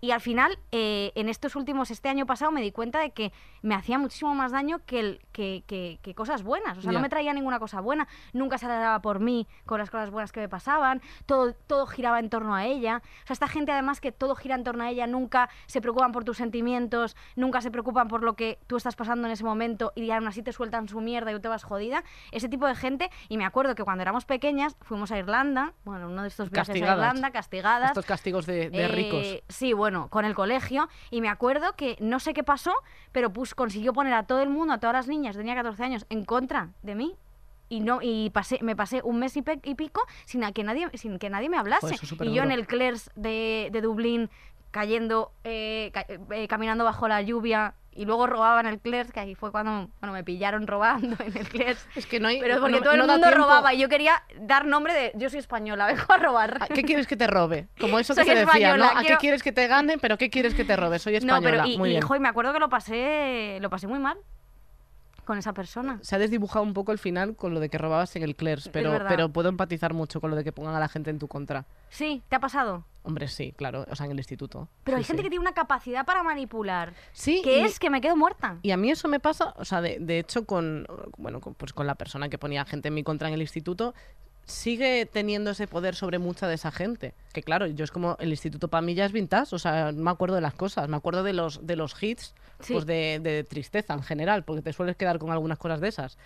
S2: y al final, eh, en estos últimos, este año pasado, me di cuenta de que me hacía muchísimo más daño que, el, que, que- que cosas buenas. O sea,
S3: Ya.
S2: no me traía ninguna cosa buena. Nunca se daba por mí con las cosas buenas que me pasaban. Todo, todo giraba en torno a ella. O sea, esta gente, además, que todo gira en torno a ella, nunca se preocupan por tus sentimientos, nunca se preocupan por lo que tú estás pasando en ese momento y aún así te sueltan su mierda y tú te vas jodida. Ese tipo de gente. Y me acuerdo que cuando éramos pequeñas, fuimos a Irlanda, bueno, uno de estos viajes
S3: Castigadas.
S2: a Irlanda, castigadas.
S3: Estos castigos de, de
S2: Eh,
S3: ricos.
S2: Sí, bueno, con el colegio. Y me acuerdo que no sé qué pasó, pero pues consiguió poner a todo el mundo, a todas las niñas, tenía 14 años, en contra de mí. Y no y pasé, me pasé un mes y, pe- y pico sin a que nadie sin que nadie me hablase.
S3: Joder, eso
S2: y
S3: es
S2: yo
S3: superduro.
S2: en el Clers de, de Dublín cayendo, eh, ca- eh, caminando bajo la lluvia. Y luego robaban el Clers, que ahí fue cuando bueno, me pillaron robando en el Clers.
S3: Es que no hay.
S2: Pero porque
S3: no-
S2: todo el
S3: no da
S2: mundo
S3: tiempo.
S2: robaba y yo quería dar nombre de yo soy española, vengo a robar.
S3: ¿A Ah, ¿Qué quieres que te robe? Como eso que
S2: Soy
S3: se decía, ¿no?
S2: española,
S3: ¿A qué
S2: quiero-
S3: quieres que te gane? Pero ¿qué quieres que te robe? Soy española.
S2: No, pero y,
S3: Muy
S2: y,
S3: bien.
S2: jo, y me acuerdo que lo pasé, lo pasé muy mal con esa persona.
S3: Se ha desdibujado un poco el final con lo de que robabas en el Clers, pero,
S2: verdad.
S3: pero puedo empatizar mucho con lo de que pongan a la gente en tu contra.
S2: Sí, te ha pasado.
S3: Hombre, sí, claro, o sea, en el instituto.
S2: Pero
S3: Sí,
S2: hay gente
S3: sí.
S2: que tiene una capacidad para manipular,
S3: Sí,
S2: que
S3: y-
S2: es que me quedo muerta.
S3: Y a mí eso me pasa, o sea, de, de hecho, con, bueno, con- pues con la persona que ponía gente en mi contra en el instituto, sigue teniendo ese poder sobre mucha de esa gente. Que claro, yo es como, el instituto para mí ya es vintage, o sea, no me acuerdo de las cosas, me acuerdo de los, de los hits,
S2: Sí.
S3: pues de, de tristeza en general, porque te sueles quedar con algunas cosas de esas.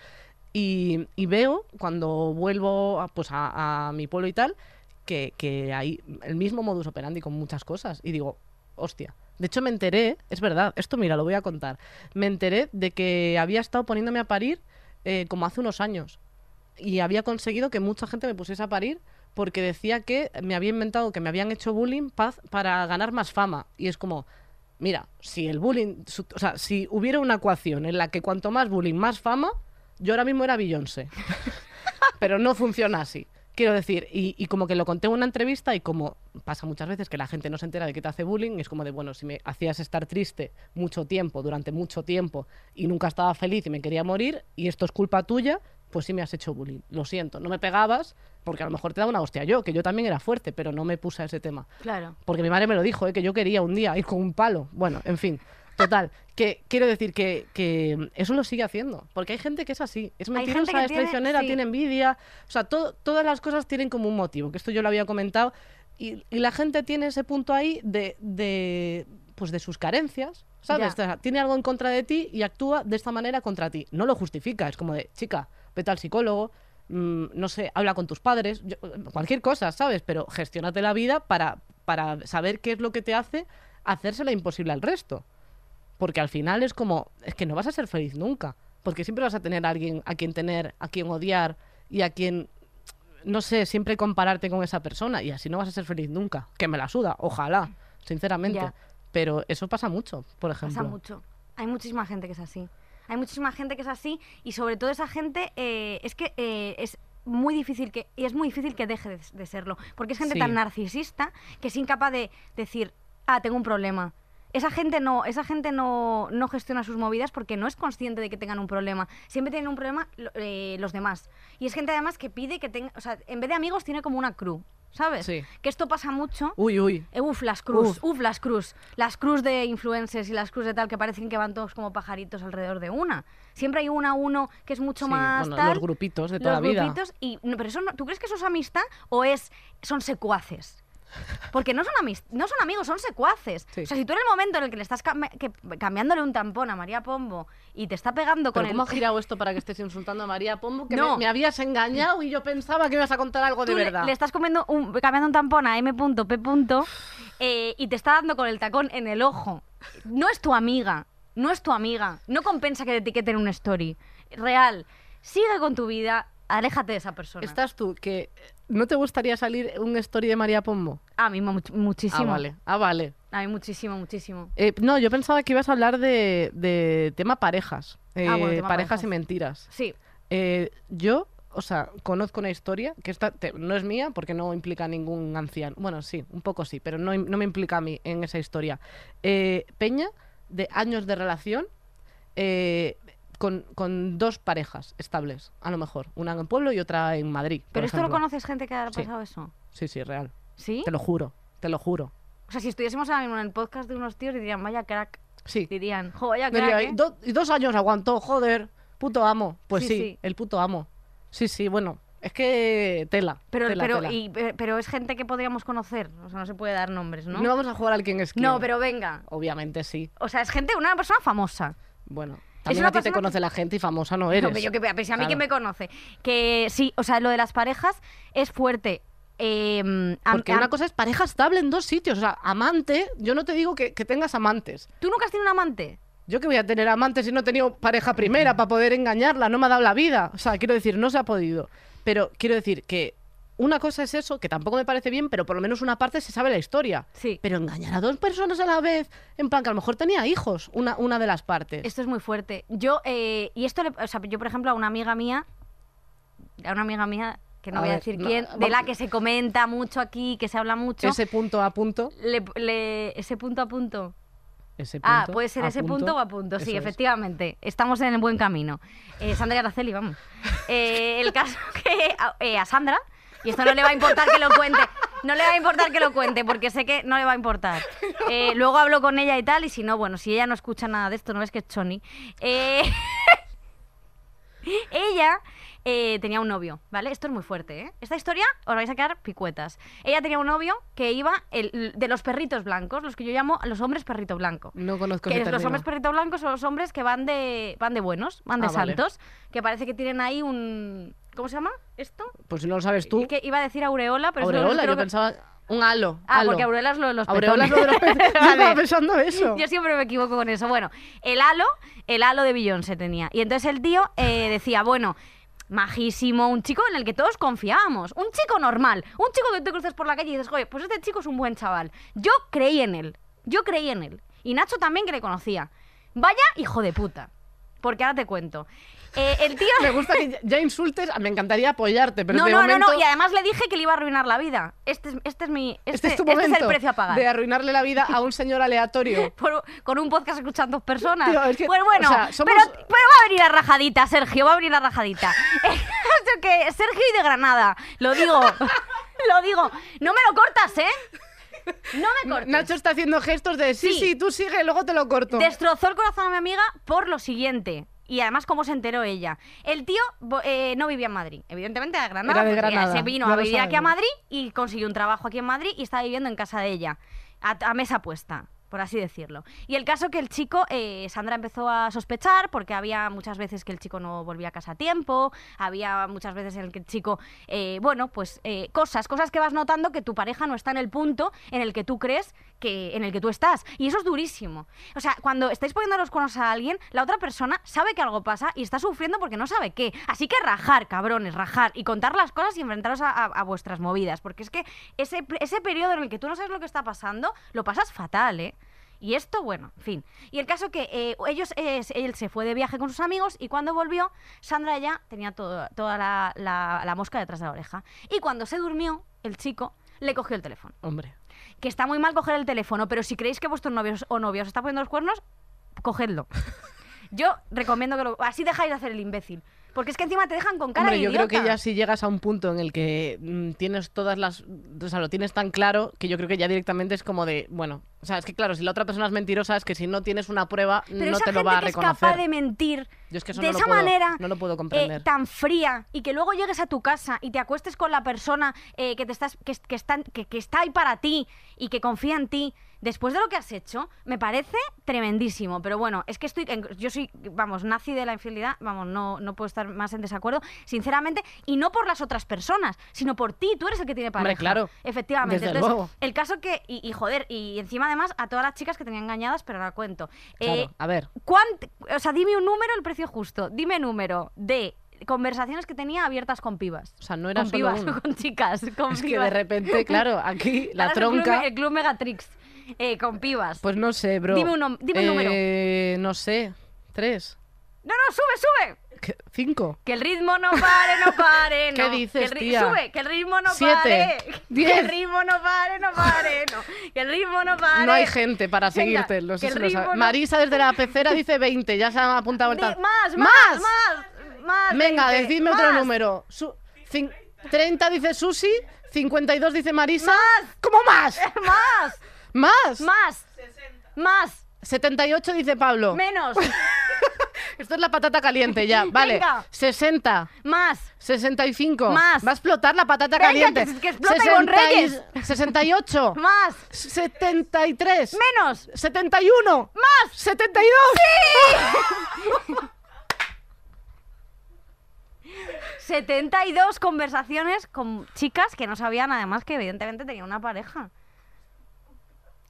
S3: Y, y veo cuando vuelvo a, pues a, a mi pueblo y tal, que, que hay el mismo modus operandi con muchas cosas. Y digo, hostia. De hecho, me enteré, es verdad, esto mira, lo voy a contar. Me enteré de que había estado poniéndome a parir eh, como hace unos años. Y había conseguido que mucha gente me pusiese a parir porque decía que me había inventado que me habían hecho bullying paz para ganar más fama. Y es como, mira, si el bullying, su- o sea, si hubiera una ecuación en la que cuanto más bullying, más fama, yo ahora mismo era Beyoncé. Pero no funciona así. Quiero decir, y, y como que lo conté en una entrevista y como pasa muchas veces que la gente no se entera de que te hace bullying, es como de, bueno, si me hacías estar triste mucho tiempo, durante mucho tiempo, y nunca estaba feliz y me quería morir, y esto es culpa tuya, pues sí me has hecho bullying. Lo siento, no me pegabas, porque a lo mejor te daba una hostia yo, que yo también era fuerte, pero no me puse a ese tema.
S2: Claro.
S3: Porque mi madre me lo dijo, ¿eh? que yo quería un día ir con un palo. Bueno, en fin. Total, que quiero decir que, que eso lo sigue haciendo. Porque hay gente que es así. Es
S2: gente
S3: mentirosa,
S2: que
S3: es
S2: tiene-
S3: traicionera,
S2: sí.
S3: tiene envidia. O sea, todo- todas las cosas tienen como un motivo. Que esto yo lo había comentado. Y, y la gente tiene ese punto ahí de, de, pues de sus carencias. ¿Sabes?
S2: Ya.
S3: O sea, tiene algo en contra de ti y actúa de esta manera contra ti. No lo justifica. Es como de, chica, vete al psicólogo. mm, no sé, habla con tus padres, yo- cualquier cosa, ¿sabes? Pero gestiónate la vida para, para saber qué es lo que te hace hacérsela imposible al resto. Porque al final es como, es que no vas a ser feliz nunca. Porque siempre vas a tener a alguien a quien tener, a quien odiar y a quien, no sé, siempre compararte con esa persona. Y así no vas a ser feliz nunca. Que me la suda, ojalá, sinceramente.
S2: Ya.
S3: Pero eso pasa mucho, por ejemplo.
S2: Pasa mucho. Hay muchísima gente que es así. Hay muchísima gente que es así y sobre todo esa gente eh, es que eh, es muy difícil que y es muy difícil que deje de, de serlo porque es gente
S3: Sí.
S2: tan narcisista que es incapaz de decir ah tengo un problema esa gente no esa gente no, no gestiona sus movidas porque no es consciente de que tengan un problema siempre tienen un problema lo- eh, los demás y es gente además que pide que tenga o sea en vez de amigos tiene como una crew sabes
S3: Sí.
S2: que esto pasa mucho
S3: Uy, uy.
S2: eh, Uf, las cruz,
S3: Uf.
S2: uf. las cruz. Las cruz de influencers y las cruz de tal que parecen que van todos como pajaritos alrededor de una. Siempre hay una a uno que es mucho
S3: Sí,
S2: más
S3: bueno,
S2: tal.
S3: los grupitos de toda
S2: los
S3: la vida.
S2: grupitos y no, pero eso no- ¿tú crees que eso es amistad o es son secuaces? Porque no son, amis- no son amigos, son secuaces.
S3: Sí.
S2: O sea, si tú en el momento en el que le estás cam- que- cambiándole un tampón a María Pombo y te está pegando con
S3: Pero
S2: el
S3: ¿cómo ha girado esto para que estés insultando a María Pombo? Que
S2: No.
S3: me, me habías engañado y yo pensaba que me ibas a contar algo de
S2: Tú le-
S3: verdad.
S2: Le, estás comiendo un, cambiando un tampón a M.P. eh, y te está dando con el tacón en el ojo. No es tu amiga. No es tu amiga. No compensa que te etiqueten en una story. Real. Sigue con tu vida. Aléjate de esa persona.
S3: Estás tú, que eh, no te gustaría salir un story de María Pombo.
S2: A mí mu-
S3: Ah,
S2: muchísimo.
S3: vale, ah, vale.
S2: A mí muchísimo, muchísimo.
S3: Eh, no, yo pensaba que ibas a hablar de, de tema parejas.
S2: Ah, bueno,
S3: Eh,
S2: tema
S3: parejas
S2: parejas.
S3: y mentiras.
S2: Sí.
S3: Eh, yo, o sea, conozco una historia que esta te- no es mía porque no implica a ningún anciano. Bueno, sí, un poco sí, pero no, im- no me implica a mí en esa historia. Eh, Peña, de años de relación, eh, con, con dos parejas estables, a lo mejor. Una en pueblo y otra en Madrid. por
S2: Pero esto lo
S3: ejemplo.
S2: conoces gente que ha
S3: Sí.
S2: pasado eso.
S3: Sí, sí, real.
S2: ¿Sí?
S3: Te lo juro, te lo juro.
S2: O sea, si estuviésemos ahora mismo en el podcast de unos tíos dirían, vaya crack.
S3: Sí.
S2: Dirían, jo, vaya
S3: No,
S2: crack.
S3: diría,
S2: ¿eh?".
S3: "Y do- y dos años aguantó, joder, puto amo. Pues
S2: Sí,
S3: sí,
S2: sí.
S3: el puto amo. Sí, sí, bueno, es que tela.
S2: Pero,
S3: tela,
S2: pero,
S3: tela.
S2: y- pe- pero es gente que podríamos conocer. O sea, no se puede dar nombres, ¿no?
S3: ¿no? vamos a jugar al quien es quién.
S2: No, pero venga.
S3: Obviamente sí.
S2: O sea, es gente, una persona famosa.
S3: Bueno, también
S2: una
S3: a ti te
S2: persona
S3: conoce
S2: que-
S3: la gente y famosa no eres.
S2: No, pero yo que, pero si a mí
S3: Claro.
S2: que me conoce. Que sí, o sea, lo de las parejas es fuerte. Eh, a-
S3: Porque
S2: a-
S3: una cosa es pareja estable en dos sitios. O sea, amante, yo no te digo que, que tengas amantes.
S2: ¿Tú nunca has tenido un amante?
S3: Yo que voy a tener amantes si no he tenido pareja primera para poder engañarla, no me ha dado la vida. O sea, quiero decir, no se ha podido. Pero quiero decir que una cosa es eso, que tampoco me parece bien, pero por lo menos una parte se sabe la historia.
S2: Sí.
S3: Pero engañar a dos personas a la vez, en plan que a lo mejor tenía hijos, una, una de las partes.
S2: Esto es muy fuerte. Yo, eh, y esto, le- o sea, yo, por ejemplo, a una amiga mía, a una amiga mía, que no
S3: A
S2: voy a
S3: ver,
S2: decir
S3: no,
S2: quién, de
S3: vamos-
S2: la que se comenta mucho aquí, que se habla mucho,
S3: Ese punto a punto.
S2: le- le- ese punto a punto.
S3: Ese
S2: Ah,
S3: punto
S2: puede ser
S3: a
S2: ese punto, o a punto. Sí,
S3: Eso es.
S2: efectivamente. Estamos en el buen camino. Eh, Sandra y Araceli, vamos. Eh, el caso que a, eh, a Sandra, y esto no le va a importar que lo cuente, no le va a importar que lo cuente, porque sé que no le va a importar. Eh, luego hablo con ella y tal, y si no, bueno, si ella no escucha nada de esto, no ves que es Choni. Eh, ella eh, tenía un novio, ¿vale? Esto es muy fuerte, ¿eh? Esta historia os vais a quedar picuetas. Ella tenía un novio que iba el- de los perritos blancos, los que yo llamo los hombres perrito blanco
S3: No conozco
S2: que
S3: ese
S2: los
S3: término.
S2: hombres perrito blanco son los hombres que van de van de buenos, van de
S3: Ah, vale.
S2: santos, que parece que tienen ahí un ¿cómo se llama esto?
S3: Pues si no lo sabes tú.
S2: Es que iba a decir aureola, pero eso no-
S3: Aureola,
S2: creo
S3: yo
S2: que-
S3: pensaba un halo.
S2: Ah,
S3: halo.
S2: porque aureola es lo de los
S3: Aureola es lo de
S2: pezones.
S3: los peces. Yo
S2: Vale.
S3: estaba pensando eso.
S2: Yo siempre me equivoco con eso. Bueno, el halo, el halo de Beyoncé tenía. Y entonces el tío eh, decía, bueno, majísimo, un chico en el que todos confiábamos, un chico normal, un chico que te cruzas por la calle y dices, oye, pues este chico es un buen chaval. Yo creí en él, yo creí en él. Y Nacho también que le conocía. Vaya hijo de puta, porque ahora te cuento. Eh, el tío...
S3: Me gusta que ya- ya insultes, me encantaría apoyarte, pero
S2: no,
S3: de
S2: no,
S3: momento...
S2: no, no, y además le dije que le iba a arruinar la vida. Este es, este es mi... Este,
S3: este es tu
S2: este
S3: momento
S2: el precio a pagar.
S3: de arruinarle la vida a un señor aleatorio.
S2: por- con un podcast escuchan dos personas.
S3: Tío, es que,
S2: pues bueno,
S3: o sea, somos-
S2: pero, pero va a venir la rajadita, Sergio, va a venir la rajadita. El caso que Sergio y de Granada, lo digo, lo digo. No me lo cortas, ¿eh? No me cortes.
S3: Nacho está haciendo gestos de sí,
S2: Sí.
S3: sí, tú sigue, luego te lo corto.
S2: Destrozó el corazón a mi amiga por lo siguiente. Y además, cómo se enteró ella. El tío bo- eh, no vivía en Madrid. Evidentemente, de Granada.
S3: Era de
S2: porque
S3: Granada,
S2: Se vino
S3: ya
S2: a
S3: lo
S2: vivir aquí a
S3: sabemos.
S2: Madrid y consiguió un trabajo aquí en Madrid y está viviendo en casa de ella. A, a mesa puesta, por así decirlo. Y el caso que el chico, eh, Sandra empezó a sospechar porque había muchas veces que el chico no volvía a casa a tiempo. Había muchas veces en el que el chico, eh, bueno, pues eh, cosas, cosas que vas notando que tu pareja no está en el punto en el que tú crees que en el que tú estás. Y eso es durísimo. O sea, cuando estáis poniendo los cuernos a alguien, la otra persona sabe que algo pasa y está sufriendo porque no sabe qué. Así que rajar, cabrones, rajar y contar las cosas y enfrentaros a, a- a vuestras movidas. Porque es que ese, ese periodo en el que tú no sabes lo que está pasando, lo pasas fatal, ¿eh? Y esto, bueno, en fin. Y el caso que eh, ellos, eh, él se fue de viaje con sus amigos y cuando volvió, Sandra ya tenía todo- toda la, la- la mosca detrás de la oreja. Y cuando se durmió, el chico le cogió el teléfono
S3: Hombre,
S2: que está muy mal coger el teléfono, pero si creéis que vuestro novio os- o novia os está poniendo los cuernos, cogedlo. Yo recomiendo que lo... Así dejáis de hacer el imbécil. Porque es que encima te dejan con cara
S3: hombre
S2: de
S3: yo
S2: idiota.
S3: creo que ya si llegas a un punto en el que mm, tienes todas las... O sea, lo tienes tan claro que yo creo que ya directamente es como de... Bueno, o sea, es que claro, si la otra persona es mentirosa es que si no tienes una prueba
S2: Pero
S3: no
S2: esa
S3: te
S2: gente
S3: lo va a
S2: que es
S3: reconocer.
S2: capaz de mentir
S3: Yo es que eso
S2: de
S3: no lo
S2: esa
S3: puedo-
S2: manera
S3: no lo puedo
S2: eh,
S3: comprender.
S2: tan fría y que luego llegues a tu casa y te acuestes con la persona eh, que, te estás, que, que está, que, que está ahí para ti y que confía en ti. Después de lo que has hecho, me parece tremendísimo. Pero bueno, es que estoy. en- yo soy, vamos, nazi de la infidelidad. Vamos, no, no puedo estar más en desacuerdo, sinceramente. Y no por las otras personas, sino por ti. Tú eres el que tiene pareja.
S3: Hombre, claro.
S2: Efectivamente.
S3: Desde
S2: Entonces,
S3: luego.
S2: el caso que. Y, y joder, y encima además a todas las chicas que tenían engañadas, pero ahora cuento.
S3: Claro,
S2: Eh,
S3: a ver.
S2: ¿Cuánt- o sea, dime un número, el precio justo. Dime número de conversaciones que tenía abiertas con pibas.
S3: O sea, no era
S2: con
S3: solo
S2: pibas,
S3: uno.
S2: con chicas, con
S3: Es que
S2: pibas.
S3: de repente, claro, aquí la
S2: Ahora es el club-
S3: tronca...
S2: El club, Megatrix, eh, con pibas.
S3: Pues no sé, bro.
S2: Dime un nom- dime un número.
S3: Eh, No sé. Tres.
S2: No, no, sube, sube.
S3: ¿Qué? ¿Cinco?
S2: Que el ritmo no pare, no pare, no.
S3: ¿Qué dices,
S2: que el ri-
S3: tía?
S2: Sube, que el ritmo no
S3: Siete,
S2: pare.
S3: diez.
S2: Que el ritmo no pare, no pare, no. Que el ritmo no pare.
S3: No hay gente para
S2: Venga,
S3: seguirte. lo sé,
S2: que el
S3: se lo sabe.
S2: ritmo no-
S3: Marisa desde la pecera dice 20, ya se ha apuntado el
S2: Di-
S3: tal.
S2: Más, más, más, más.
S3: Venga,
S2: 20,
S3: decidme otro
S2: más.
S3: número. Su- cin- 30 dice Susi, 52 dice Marisa.
S2: Más.
S3: ¿Cómo más?
S2: Más,
S3: ¿Más?
S2: más. Más,
S3: 78 dice Pablo.
S2: menos,
S3: Esto es la patata caliente ya. Vale.
S2: Venga.
S3: 60.
S2: más.
S3: 65.
S2: Más.
S3: Va a explotar la patata
S2: Venga,
S3: caliente.
S2: que- que explota Ivonne
S3: y-
S2: Reyes.
S3: 68.
S2: Más,
S3: 73.
S2: menos,
S3: 71.
S2: más.
S3: 72.
S2: ¡Sí! 72 conversaciones con chicas que no sabían, además, que evidentemente tenían una pareja.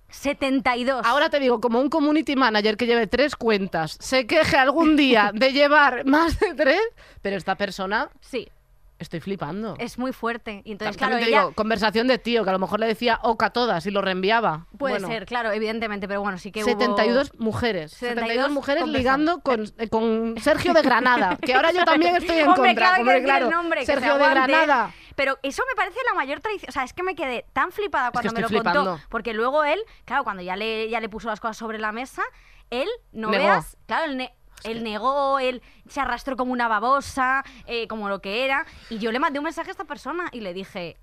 S2: 72.
S3: Ahora te digo, como un community manager que lleve tres cuentas, se queje algún día de llevar más de tres, pero esta persona,
S2: Sí,
S3: estoy flipando.
S2: es muy fuerte. Y entonces,
S3: También
S2: claro,
S3: te
S2: ella...
S3: digo, conversación de tío, que a lo mejor le decía oca todas y lo reenviaba.
S2: Puede
S3: Bueno,
S2: ser, claro, evidentemente, pero bueno, sí que hubo-
S3: 72 mujeres. 72,
S2: 72
S3: mujeres
S2: conversan-
S3: ligando con, eh, con Sergio de Granada, que ahora yo también estoy en
S2: Hombre,
S3: contra.
S2: claro, hay que decir
S3: hombre,
S2: el
S3: claro.
S2: nombre, que se
S3: Sergio de
S2: aguante.
S3: Granada.
S2: Pero eso me parece la mayor traición. O sea, es que me quedé tan flipada cuando me lo
S3: estoy
S2: contó.
S3: flipando.
S2: Porque luego él, claro, cuando ya le, ya le puso las cosas sobre la mesa, él, no
S3: Negó.
S2: veas, claro, él, ne- él negó, él se arrastró como una babosa, eh, como lo que era. Y yo le mandé un mensaje a esta persona y le dije,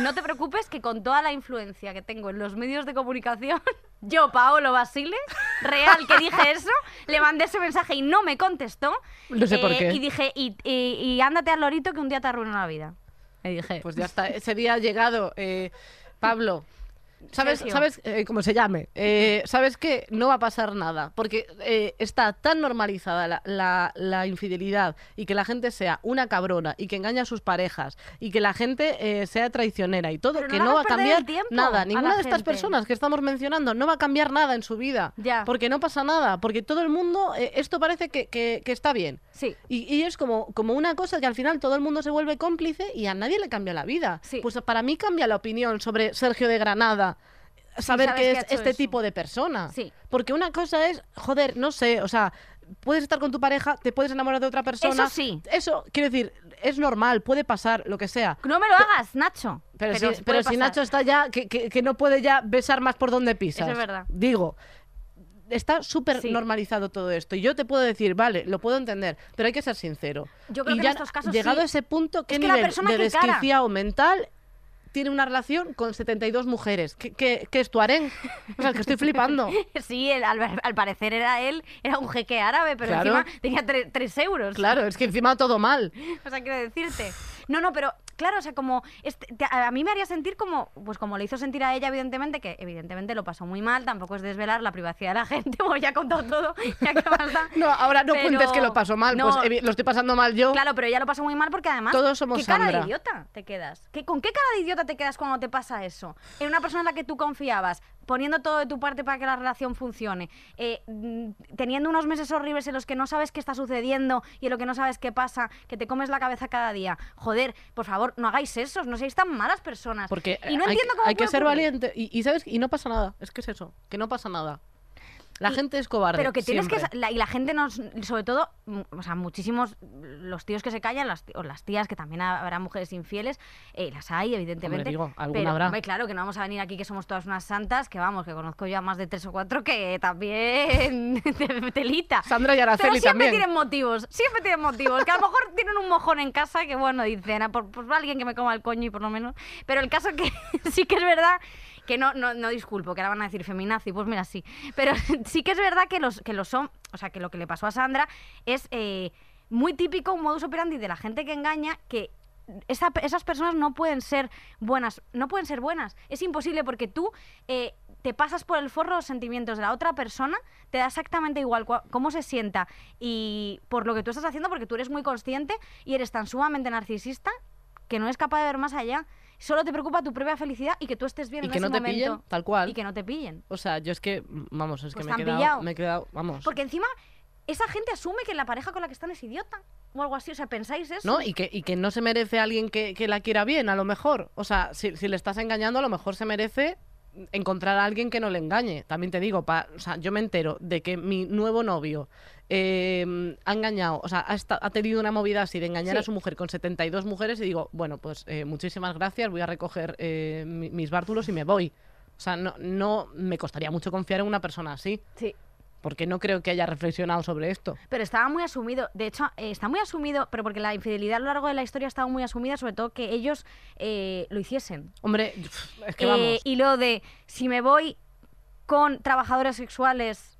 S2: no te preocupes que con toda la influencia que tengo en los medios de comunicación, yo, Paolo Basile, real que dije eso, le mandé ese mensaje y no me contestó.
S3: No sé por
S2: Eh,
S3: qué.
S2: Y dije, y, y- y ándate al lorito que un día te arruina la vida. Le dije.
S3: Pues ya está, ese día ha llegado. eh, Pablo, ¿sabes,
S2: Sergio.
S3: ¿sabes eh, cómo se llame? Eh, ¿Sabes que no va a pasar nada? Porque eh, está tan normalizada la, la- la infidelidad y que la gente sea una cabrona y que engaña a sus parejas y que la gente eh, sea traicionera y todo,
S2: Pero no
S3: que
S2: le
S3: no,
S2: hagas
S3: va a
S2: perder el
S3: cambiar
S2: tiempo a
S3: nada.
S2: la
S3: Ninguna de estas
S2: gente.
S3: personas que estamos mencionando no va a cambiar nada en su vida.
S2: Ya.
S3: Porque no pasa nada, porque todo el mundo, eh, esto parece que- que- que está bien.
S2: Sí.
S3: Y, y es como, como una cosa que al final todo el mundo se vuelve cómplice y a nadie le cambia la vida.
S2: Sí.
S3: Pues para mí cambia la opinión sobre Sergio de Granada.
S2: sabes
S3: Saber que
S2: que ha
S3: es
S2: hecho
S3: este
S2: eso.
S3: tipo de persona.
S2: Sí.
S3: Porque una cosa es, joder, no sé, o sea, puedes estar con tu pareja, te puedes enamorar de otra persona.
S2: Eso sí.
S3: Eso, quiero decir, es normal, puede pasar, lo que sea.
S2: No me lo hagas, Nacho.
S3: Pero,
S2: os
S3: si,
S2: puede
S3: pero si
S2: pasar.
S3: Nacho está ya, que, que- que no puede ya besar más por donde pisas.
S2: Eso es verdad.
S3: Digo, está súper
S2: Sí.
S3: normalizado todo esto. Y yo te puedo decir, vale, lo puedo entender, pero hay que ser sincero.
S2: Yo creo
S3: y
S2: que en
S3: ya
S2: estos casos
S3: llegado
S2: sí.
S3: a ese punto, ¿qué
S2: Es que la
S3: nivel
S2: persona
S3: de
S2: que encara.
S3: desquiciado mental tiene una relación con 72 mujeres? ¿Qué, qué- qué es tu harén? O sea, que estoy flipando.
S2: Sí, él, al, al parecer era él, era un jeque árabe, pero
S3: Claro.
S2: encima tenía tre- tres euros.
S3: Claro, es que encima todo mal.
S2: O sea, quiero decirte. No, no, pero claro, o sea, como este- te- a a mí me haría sentir como, pues como le hizo sentir a ella, evidentemente, que evidentemente lo pasó muy mal, tampoco es desvelar la privacidad de la gente, porque ya he contado todo, ya que más da.
S3: No, ahora no
S2: Pero-
S3: cuentes que lo paso mal,
S2: No,
S3: pues evi- lo estoy pasando mal yo.
S2: Claro, pero ella lo pasó muy mal porque además.
S3: Todos somos
S2: ¿Qué cara
S3: Sandra.
S2: de idiota te quedas? ¿Qué, ¿Con qué cara de idiota te quedas cuando te pasa eso? En una persona en la que tú confiabas, poniendo todo de tu parte para que la relación funcione, eh, mm, teniendo unos meses horribles en los que no sabes qué está sucediendo y en lo que no sabes qué pasa, que te comes la cabeza cada día. Joder, por favor, no hagáis eso, no seáis tan malas personas.
S3: Porque
S2: y no
S3: hay,
S2: entiendo cómo
S3: hay que
S2: puede
S3: ser
S2: ocurrir.
S3: valiente. Y, y sabes, y no pasa nada. Es que es eso, que no pasa nada. La
S2: Y-
S3: gente es cobarde.
S2: Pero que tienes que.
S3: siempre.
S2: sa- la- y la gente, nos, sobre todo, mm, o sea, muchísimos. Los tíos que se callan, las, ti- o las tías, que también ha- habrá mujeres infieles, eh, las hay, evidentemente.
S3: digo, alguna
S2: pero,
S3: habrá.
S2: hombre, claro, que no vamos a venir aquí que somos todas unas santas, que vamos, que conozco yo a más de tres o cuatro que también. te- telita.
S3: Sandra y Araceli
S2: Pero siempre
S3: también.
S2: tienen motivos, siempre tienen motivos. Que a lo mejor tienen un mojón en casa que, bueno, dicen, "Ah, por, por alguien que me coma el coño y por lo menos. Pero el caso que sí que es verdad que no, no, no disculpo, que ahora van a decir feminazi, pues mira, sí. Pero sí que es verdad que los, que los son, o sea, que lo que le pasó a Sandra es eh, muy típico un modus operandi de la gente que engaña que. esa- esas personas no pueden ser buenas, no pueden ser buenas. Es imposible porque tú eh, te pasas por el forro los sentimientos de la otra persona, te da exactamente igual cua- cómo se sienta y por lo que tú estás haciendo, porque tú eres muy consciente y eres tan sumamente narcisista que no eres capaz de ver más allá. Solo te preocupa tu propia felicidad y que tú estés bien
S3: Y
S2: en
S3: que
S2: ese
S3: no te
S2: momento.
S3: pillen, tal cual.
S2: Y que no te pillen.
S3: O sea, yo es que, mm, vamos, es
S2: Pues
S3: que
S2: te
S3: me
S2: han
S3: he, quedado,
S2: pillado.
S3: me he quedado, vamos.
S2: Porque encima, esa gente asume que la pareja con la que están es idiota o algo así. O sea, pensáis eso.
S3: ¿No? Y que, y que no se merece alguien que, que la quiera bien, a lo mejor. O sea, si, si le estás engañando, a lo mejor se merece encontrar a alguien que no le engañe. También te digo, pa- o sea, yo me entero de que mi nuevo novio eh, ha engañado, o sea, ha, esta- ha tenido una movida así de engañar
S2: Sí.
S3: a su mujer con 72 mujeres y digo, bueno, pues eh, muchísimas gracias, voy a recoger eh, mi- mis bártulos y me voy. O sea, no, no me costaría mucho confiar en una persona así,
S2: Sí.
S3: porque no creo que haya reflexionado sobre esto.
S2: Pero estaba muy asumido. De hecho, eh, está muy asumido, pero porque la infidelidad a lo largo de la historia ha estado muy asumida, sobre todo que ellos eh, lo hiciesen.
S3: Hombre, pf, es que
S2: Eh,
S3: vamos.
S2: y lo de, si me voy con trabajadoras sexuales...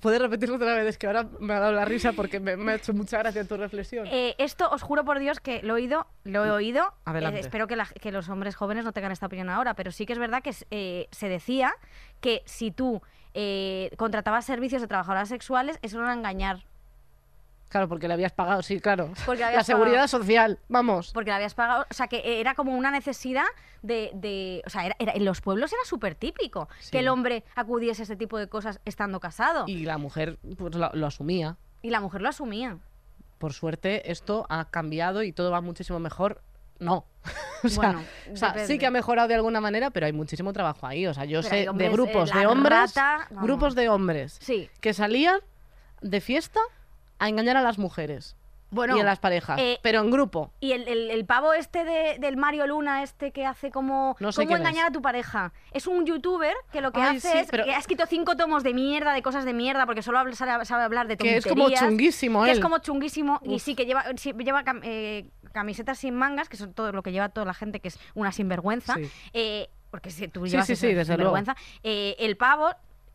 S3: ¿Puedes repetirlo otra vez? Es que ahora me ha dado la risa porque me, me ha hecho mucha gracia tu reflexión.
S2: eh, esto, os juro por Dios que lo he oído, lo he oído. Eh,
S3: Adelante.
S2: espero que, la- que los hombres jóvenes no tengan esta opinión ahora, pero sí que es verdad que eh, se decía que si tú eh, contratabas servicios de trabajadoras sexuales, eso era engañar.
S3: Claro, porque le habías pagado, sí, claro.
S2: Porque
S3: la
S2: habías
S3: seguridad social, vamos.
S2: Porque la habías pagado. O sea, que era como una necesidad de. de- o sea, era- era- en los pueblos era súper típico
S3: Sí.
S2: que el hombre acudiese a este tipo de cosas estando casado. Y,
S3: Y la mujer pues, lo, lo asumía.
S2: la mujer lo asumía.
S3: Por suerte, esto ha cambiado y todo va muchísimo mejor. No. O sea,
S2: Bueno,
S3: o sea,
S2: depende.
S3: sí que ha mejorado de alguna manera, pero hay muchísimo trabajo ahí. O sea, yo
S2: Pero hay
S3: sé
S2: hombres,
S3: de grupos
S2: eh, la
S3: de hombres,
S2: rata, vamos.
S3: grupos de hombres
S2: Sí.
S3: que salían de fiesta a engañar a las mujeres
S2: Bueno.
S3: y a las parejas,
S2: eh,
S3: pero en grupo.
S2: Y el, el- el pavo este de- del Mario Luna, este que hace como
S3: No sé
S2: cómo
S3: quién
S2: engañar a tu pareja. Es un youtuber que lo que
S3: Ay,
S2: hace
S3: sí,
S2: es
S3: pero-
S2: que ha escrito cinco tomos de mierda, de cosas de mierda, porque solo habla- sabe, sabe hablar de
S3: Que
S2: tonterías.
S3: es como chunguísimo
S2: que
S3: él.
S2: es como chunguísimo y
S3: Uf.
S2: sí que lleva, sí, lleva cam- eh, camisetas sin mangas, que son todo lo que lleva toda la gente, que es una sinvergüenza.
S3: Sí.
S2: Eh, porque si tú
S3: Sí,
S2: llevas
S3: sí,
S2: eso,
S3: sí, desde luego.
S2: sinvergüenza. Eh, el pavo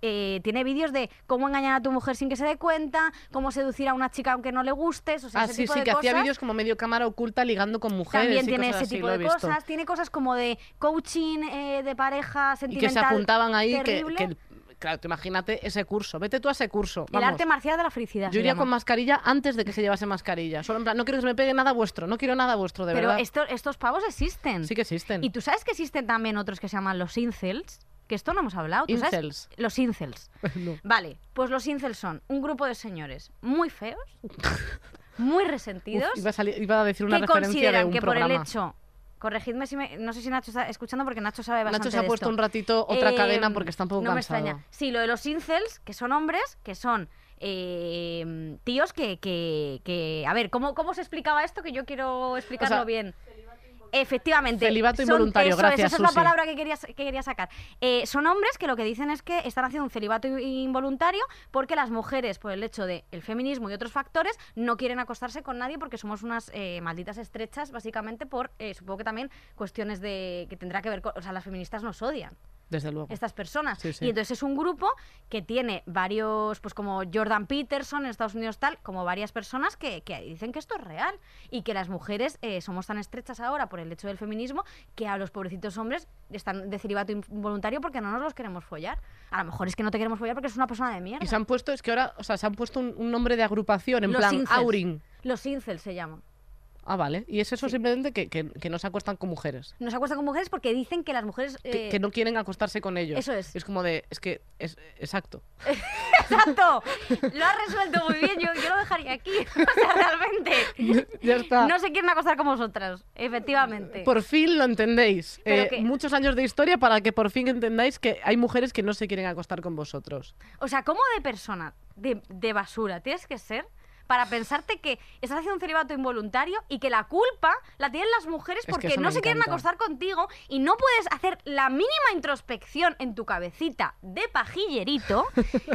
S2: eh, tiene vídeos de cómo engañar a tu mujer sin que se dé cuenta, cómo seducir a una chica aunque no le gustes, o sea,
S3: Ah,
S2: ese
S3: sí,
S2: tipo
S3: sí,
S2: de
S3: que hacía
S2: cosas.
S3: vídeos como medio cámara oculta ligando con mujeres.
S2: También
S3: y
S2: tiene
S3: cosas
S2: ese
S3: así,
S2: tipo
S3: lo he
S2: de
S3: visto.
S2: cosas, tiene cosas como de coaching eh, de pareja
S3: Y que
S2: sentimental.
S3: se apuntaban ahí, que,
S2: terrible.
S3: que el- claro, te imagínate ese curso, vete tú a ese curso.
S2: el
S3: vamos.
S2: arte marcial de la felicidad.
S3: Yo
S2: se
S3: iría
S2: llama.
S3: con mascarilla antes de que se llevase mascarilla. Solo en plan, no quiero que se me pegue nada vuestro, no quiero nada vuestro, de
S2: Pero
S3: verdad.
S2: esto- estos pavos existen.
S3: Sí que existen.
S2: Y tú sabes que existen también otros que se llaman los incels, que esto no hemos hablado. ¿tú sabes?
S3: Incels.
S2: Los incels.
S3: No.
S2: Vale, pues los incels son un grupo de señores muy feos, muy resentidos,
S3: Uf, iba, a salir- iba a decir una
S2: que
S3: referencia de
S2: consideran
S3: un
S2: que por
S3: programa.
S2: el hecho... Corregidme si me... No sé si Nacho está escuchando porque Nacho sabe bastante
S3: Nacho se ha
S2: de
S3: puesto
S2: esto.
S3: un ratito otra
S2: Eh,
S3: cadena porque está un poco
S2: no me
S3: cansado.
S2: extraña. Sí, lo de los incels, que son hombres, que son eh, tíos que, que, que- A ver, ¿cómo, ¿cómo se explicaba esto? Que yo quiero explicarlo bien. Efectivamente.
S3: Celibato
S2: son-
S3: involuntario,
S2: eso es,
S3: gracias,
S2: Esa es
S3: Susi.
S2: la palabra que quería, que quería sacar. Eh, son hombres que lo que dicen es que están haciendo un celibato i- involuntario porque las mujeres, por el hecho del el feminismo y otros factores, no quieren acostarse con nadie porque somos unas eh, malditas estrechas, básicamente por, eh, supongo que también, cuestiones de que tendrá que ver con... O sea, las feministas nos odian
S3: Desde luego.
S2: estas personas.
S3: Sí, sí.
S2: Y entonces es un grupo que tiene varios, pues como Jordan Peterson en Estados Unidos tal, como varias personas que, que dicen que esto es real y que las mujeres eh, somos tan estrechas ahora por el hecho del feminismo que a los pobrecitos hombres están de celibato involuntario porque no nos los queremos follar. A lo mejor es que no te queremos follar porque es una persona de mierda.
S3: Y se han puesto, es que ahora, o sea, se han puesto un, un nombre de agrupación, en
S2: Los
S3: plan
S2: incels.
S3: Aurin.
S2: Los incels se llaman.
S3: Ah, vale. Y es eso simplemente que, que, que no se acuestan con mujeres.
S2: No se acuestan con mujeres porque dicen que las mujeres...
S3: Que,
S2: eh,
S3: que no quieren acostarse con ellos.
S2: eso es.
S3: Es como de, es que, es, exacto.
S2: ¡Exacto! Lo has resuelto muy bien, yo, yo lo dejaría aquí. O sea, realmente...
S3: ya está.
S2: No se quieren acostar con vosotras, efectivamente.
S3: Por fin lo entendéis.
S2: Pero
S3: Eh,
S2: que-
S3: Muchos años de historia para que por fin entendáis que hay mujeres que no se quieren acostar con vosotros.
S2: O sea, ¿cómo de persona, de, de basura, tienes que ser para pensarte que estás haciendo un celibato involuntario y que la culpa la tienen las mujeres
S3: que
S2: porque
S3: eso
S2: no
S3: me
S2: se quieren
S3: encanta.
S2: acostar contigo y no puedes hacer la mínima introspección en tu cabecita de pajillerito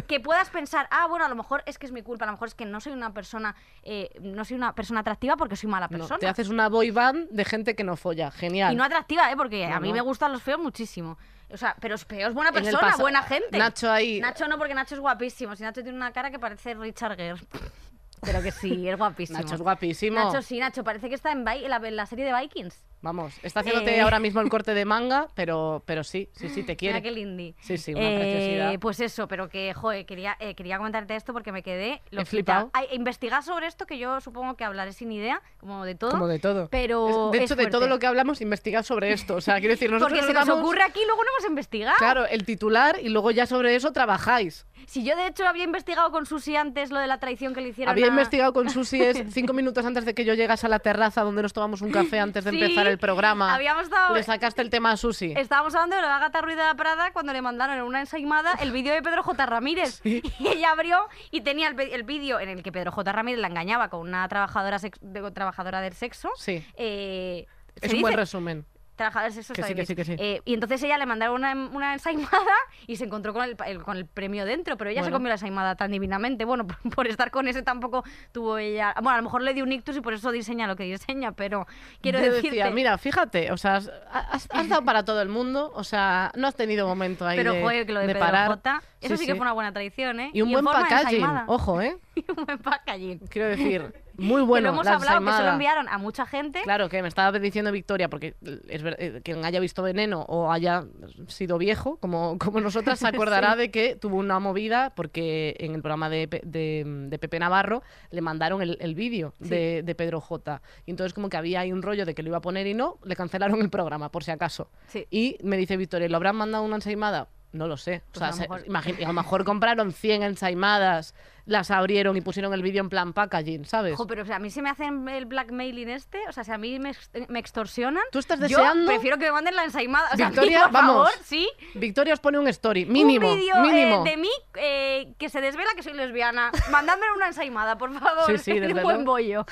S2: que puedas pensar, ah, bueno, a lo mejor es que es mi culpa, a lo mejor es que no soy una persona, eh, no soy una persona atractiva porque soy mala
S3: No,
S2: persona.
S3: te haces una boy band de gente que no folla. Genial.
S2: Y no atractiva, ¿eh? Porque a
S3: No,
S2: mí
S3: no.
S2: me gustan los feos muchísimo. O sea, pero es peor, es buena
S3: En el
S2: persona,
S3: pasa-
S2: buena gente.
S3: Nacho ahí-
S2: Nacho no, porque Nacho es guapísimo. Si Nacho tiene una cara que parece Richard Gere. Pero que sí, es guapísimo.
S3: Nacho es guapísimo.
S2: Nacho sí, Nacho, parece que está en, Vi- en la, en la serie de Vikings.
S3: Vamos, está haciéndote
S2: Eh.
S3: ahora mismo el corte de manga, pero, pero sí, sí, sí, te quiere.
S2: Mira qué lindy.
S3: Sí, sí, una
S2: Eh,
S3: preciosidad.
S2: Pues eso, pero que, joder, quería, eh, quería comentarte esto porque me quedé
S3: He
S2: loquita.
S3: flipado.
S2: Ay, investigar sobre esto, que yo supongo que hablaré sin idea, como de todo.
S3: Como de todo.
S2: Pero
S3: Es-
S2: es
S3: de hecho, de todo
S2: fuerte.
S3: lo que hablamos, investigad sobre esto. O sea, quiero decir, nosotros
S2: Porque se nos
S3: damos,
S2: ocurre aquí, luego no hemos investigado.
S3: Claro, el titular y luego ya sobre eso trabajáis.
S2: Si yo de hecho había investigado con Susi antes lo de la traición que le hicieron
S3: Había
S2: a-
S3: investigado con Susi es cinco minutos antes de que yo llegase a la terraza donde nos tomamos un café antes de
S2: Sí,
S3: empezar el programa.
S2: Habíamos dado-
S3: Le sacaste el tema a Susi.
S2: Estábamos hablando de la Agatha Ruiz de la Prada cuando le mandaron en una ensaimada el vídeo de Pedro J. Ramírez. Y ella abrió y tenía el, pe- el vídeo en el que Pedro J. Ramírez la engañaba con una trabajadora, sex- de- trabajadora del sexo.
S3: Sí.
S2: Eh, ¿se
S3: Es un buen
S2: dice?
S3: resumen.
S2: Trabajadores sexuales.
S3: Que sí, que sí, que sí.
S2: Eh, y entonces ella le mandaron una, una ensaimada y se encontró con el, pa- el- con el premio dentro, pero ella se
S3: Bueno.
S2: comió la ensaimada tan divinamente. Bueno, por, por estar con ese tampoco tuvo ella... Bueno, a lo mejor le dio un ictus y por eso diseña lo que diseña, pero quiero
S3: Yo
S2: decirte...
S3: decía, mira, fíjate, o sea, has, has- has dado para todo el mundo, o sea, no has tenido momento ahí
S2: pero
S3: de,
S2: joder, que lo de,
S3: de
S2: Pedro
S3: parar.
S2: J, eso sí,
S3: Sí,
S2: que
S3: sí.
S2: fue una buena tradición, ¿eh?
S3: Y un
S2: en
S3: buen
S2: forma de
S3: packaging,
S2: ensaimada.
S3: ojo, ¿eh?
S2: y un buen packaging.
S3: Quiero decir, muy
S2: Que
S3: bueno.
S2: lo hemos
S3: la
S2: hablado, que se lo
S3: ensaimada.
S2: enviaron a mucha gente.
S3: Claro, que me estaba diciendo Victoria, porque es ver- eh, quien haya visto Veneno o haya sido viejo, como, como nosotras, se acordará de que tuvo una movida porque en el programa de, Pe- de- de Pepe Navarro le mandaron el, el vídeo de, de Pedro J. Y entonces como que había ahí un rollo de que lo iba a poner y no, le cancelaron el programa, por si acaso.
S2: Sí.
S3: Y me dice Victoria, ¿lo habrán mandado una ensaimada? No lo sé.
S2: Pues
S3: o sea,
S2: a lo
S3: se-
S2: mejor.
S3: imagi- a lo mejor compraron 100 ensaimadas, las abrieron y pusieron el vídeo en plan packaging, ¿sabes?
S2: Ojo, pero o sea, a mí se me hacen el blackmailing este, o sea, si a mí me, ex- me extorsionan,
S3: Tú estás
S2: yo
S3: deseando...
S2: prefiero que me manden la ensaimada. O sea, a mí,
S3: Victoria,
S2: por favor,
S3: vamos.
S2: sí.
S3: Victoria os pone un story, mínimo,
S2: Un vídeo eh,
S3: mínimo.
S2: de mí eh, que se desvela que soy lesbiana. Mandadme una ensaimada, por favor.
S3: Sí, sí,
S2: de
S3: desde
S2: un buen
S3: luego.
S2: bollo.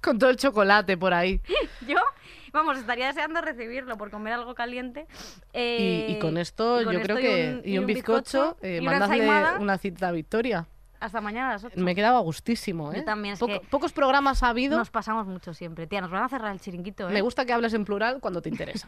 S3: Con todo el chocolate por ahí.
S2: Yo, vamos, estaría deseando recibirlo por comer algo caliente. Eh,
S3: y, y con esto
S2: y con
S3: yo creo
S2: esto
S3: que... y un bizcocho, eh,
S2: y una
S3: mandadle
S2: ensaimada.
S3: una cita a Victoria.
S2: Hasta mañana a las 8.
S3: Me quedaba gustísimo, ¿eh?
S2: Yo también, es
S3: Poco-
S2: que-
S3: Pocos programas ha habido.
S2: Nos pasamos mucho siempre, tía. Nos van a cerrar el chiringuito, ¿eh?
S3: Me gusta que hables en plural cuando te interesa.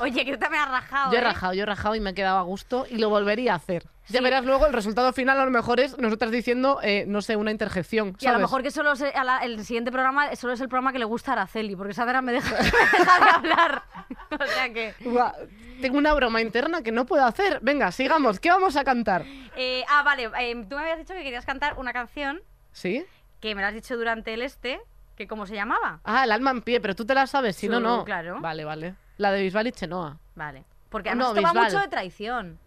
S2: Oye, que tú también has rajado.
S3: yo he
S2: ¿eh?
S3: rajado, yo he rajado y me he quedado a gusto y lo volvería a hacer. Ya
S2: Sí.
S3: verás luego el resultado final, a lo mejor es nosotras diciendo, eh, no sé, una interjección.
S2: Y a lo
S3: ¿sabes?
S2: mejor que solo es a la- el siguiente programa solo es el programa que le gusta a Araceli, porque Sandra me deja, me deja de hablar. O sea que.
S3: Buah, tengo una broma interna que no puedo hacer. Venga, sigamos. ¿Qué vamos a cantar?
S2: Eh, ah, vale. eh, tú me habías dicho que querías cantar una canción
S3: ¿Sí?
S2: que me la has dicho durante el este, que cómo se llamaba.
S3: Ah, el alma en pie, pero tú te la sabes, si no,
S2: Sí,
S3: no.
S2: claro.
S3: Vale, vale. La de Bisbal y Chenoa.
S2: Vale. Porque además
S3: No,
S2: esto va
S3: Bisbal.
S2: mucho de traición.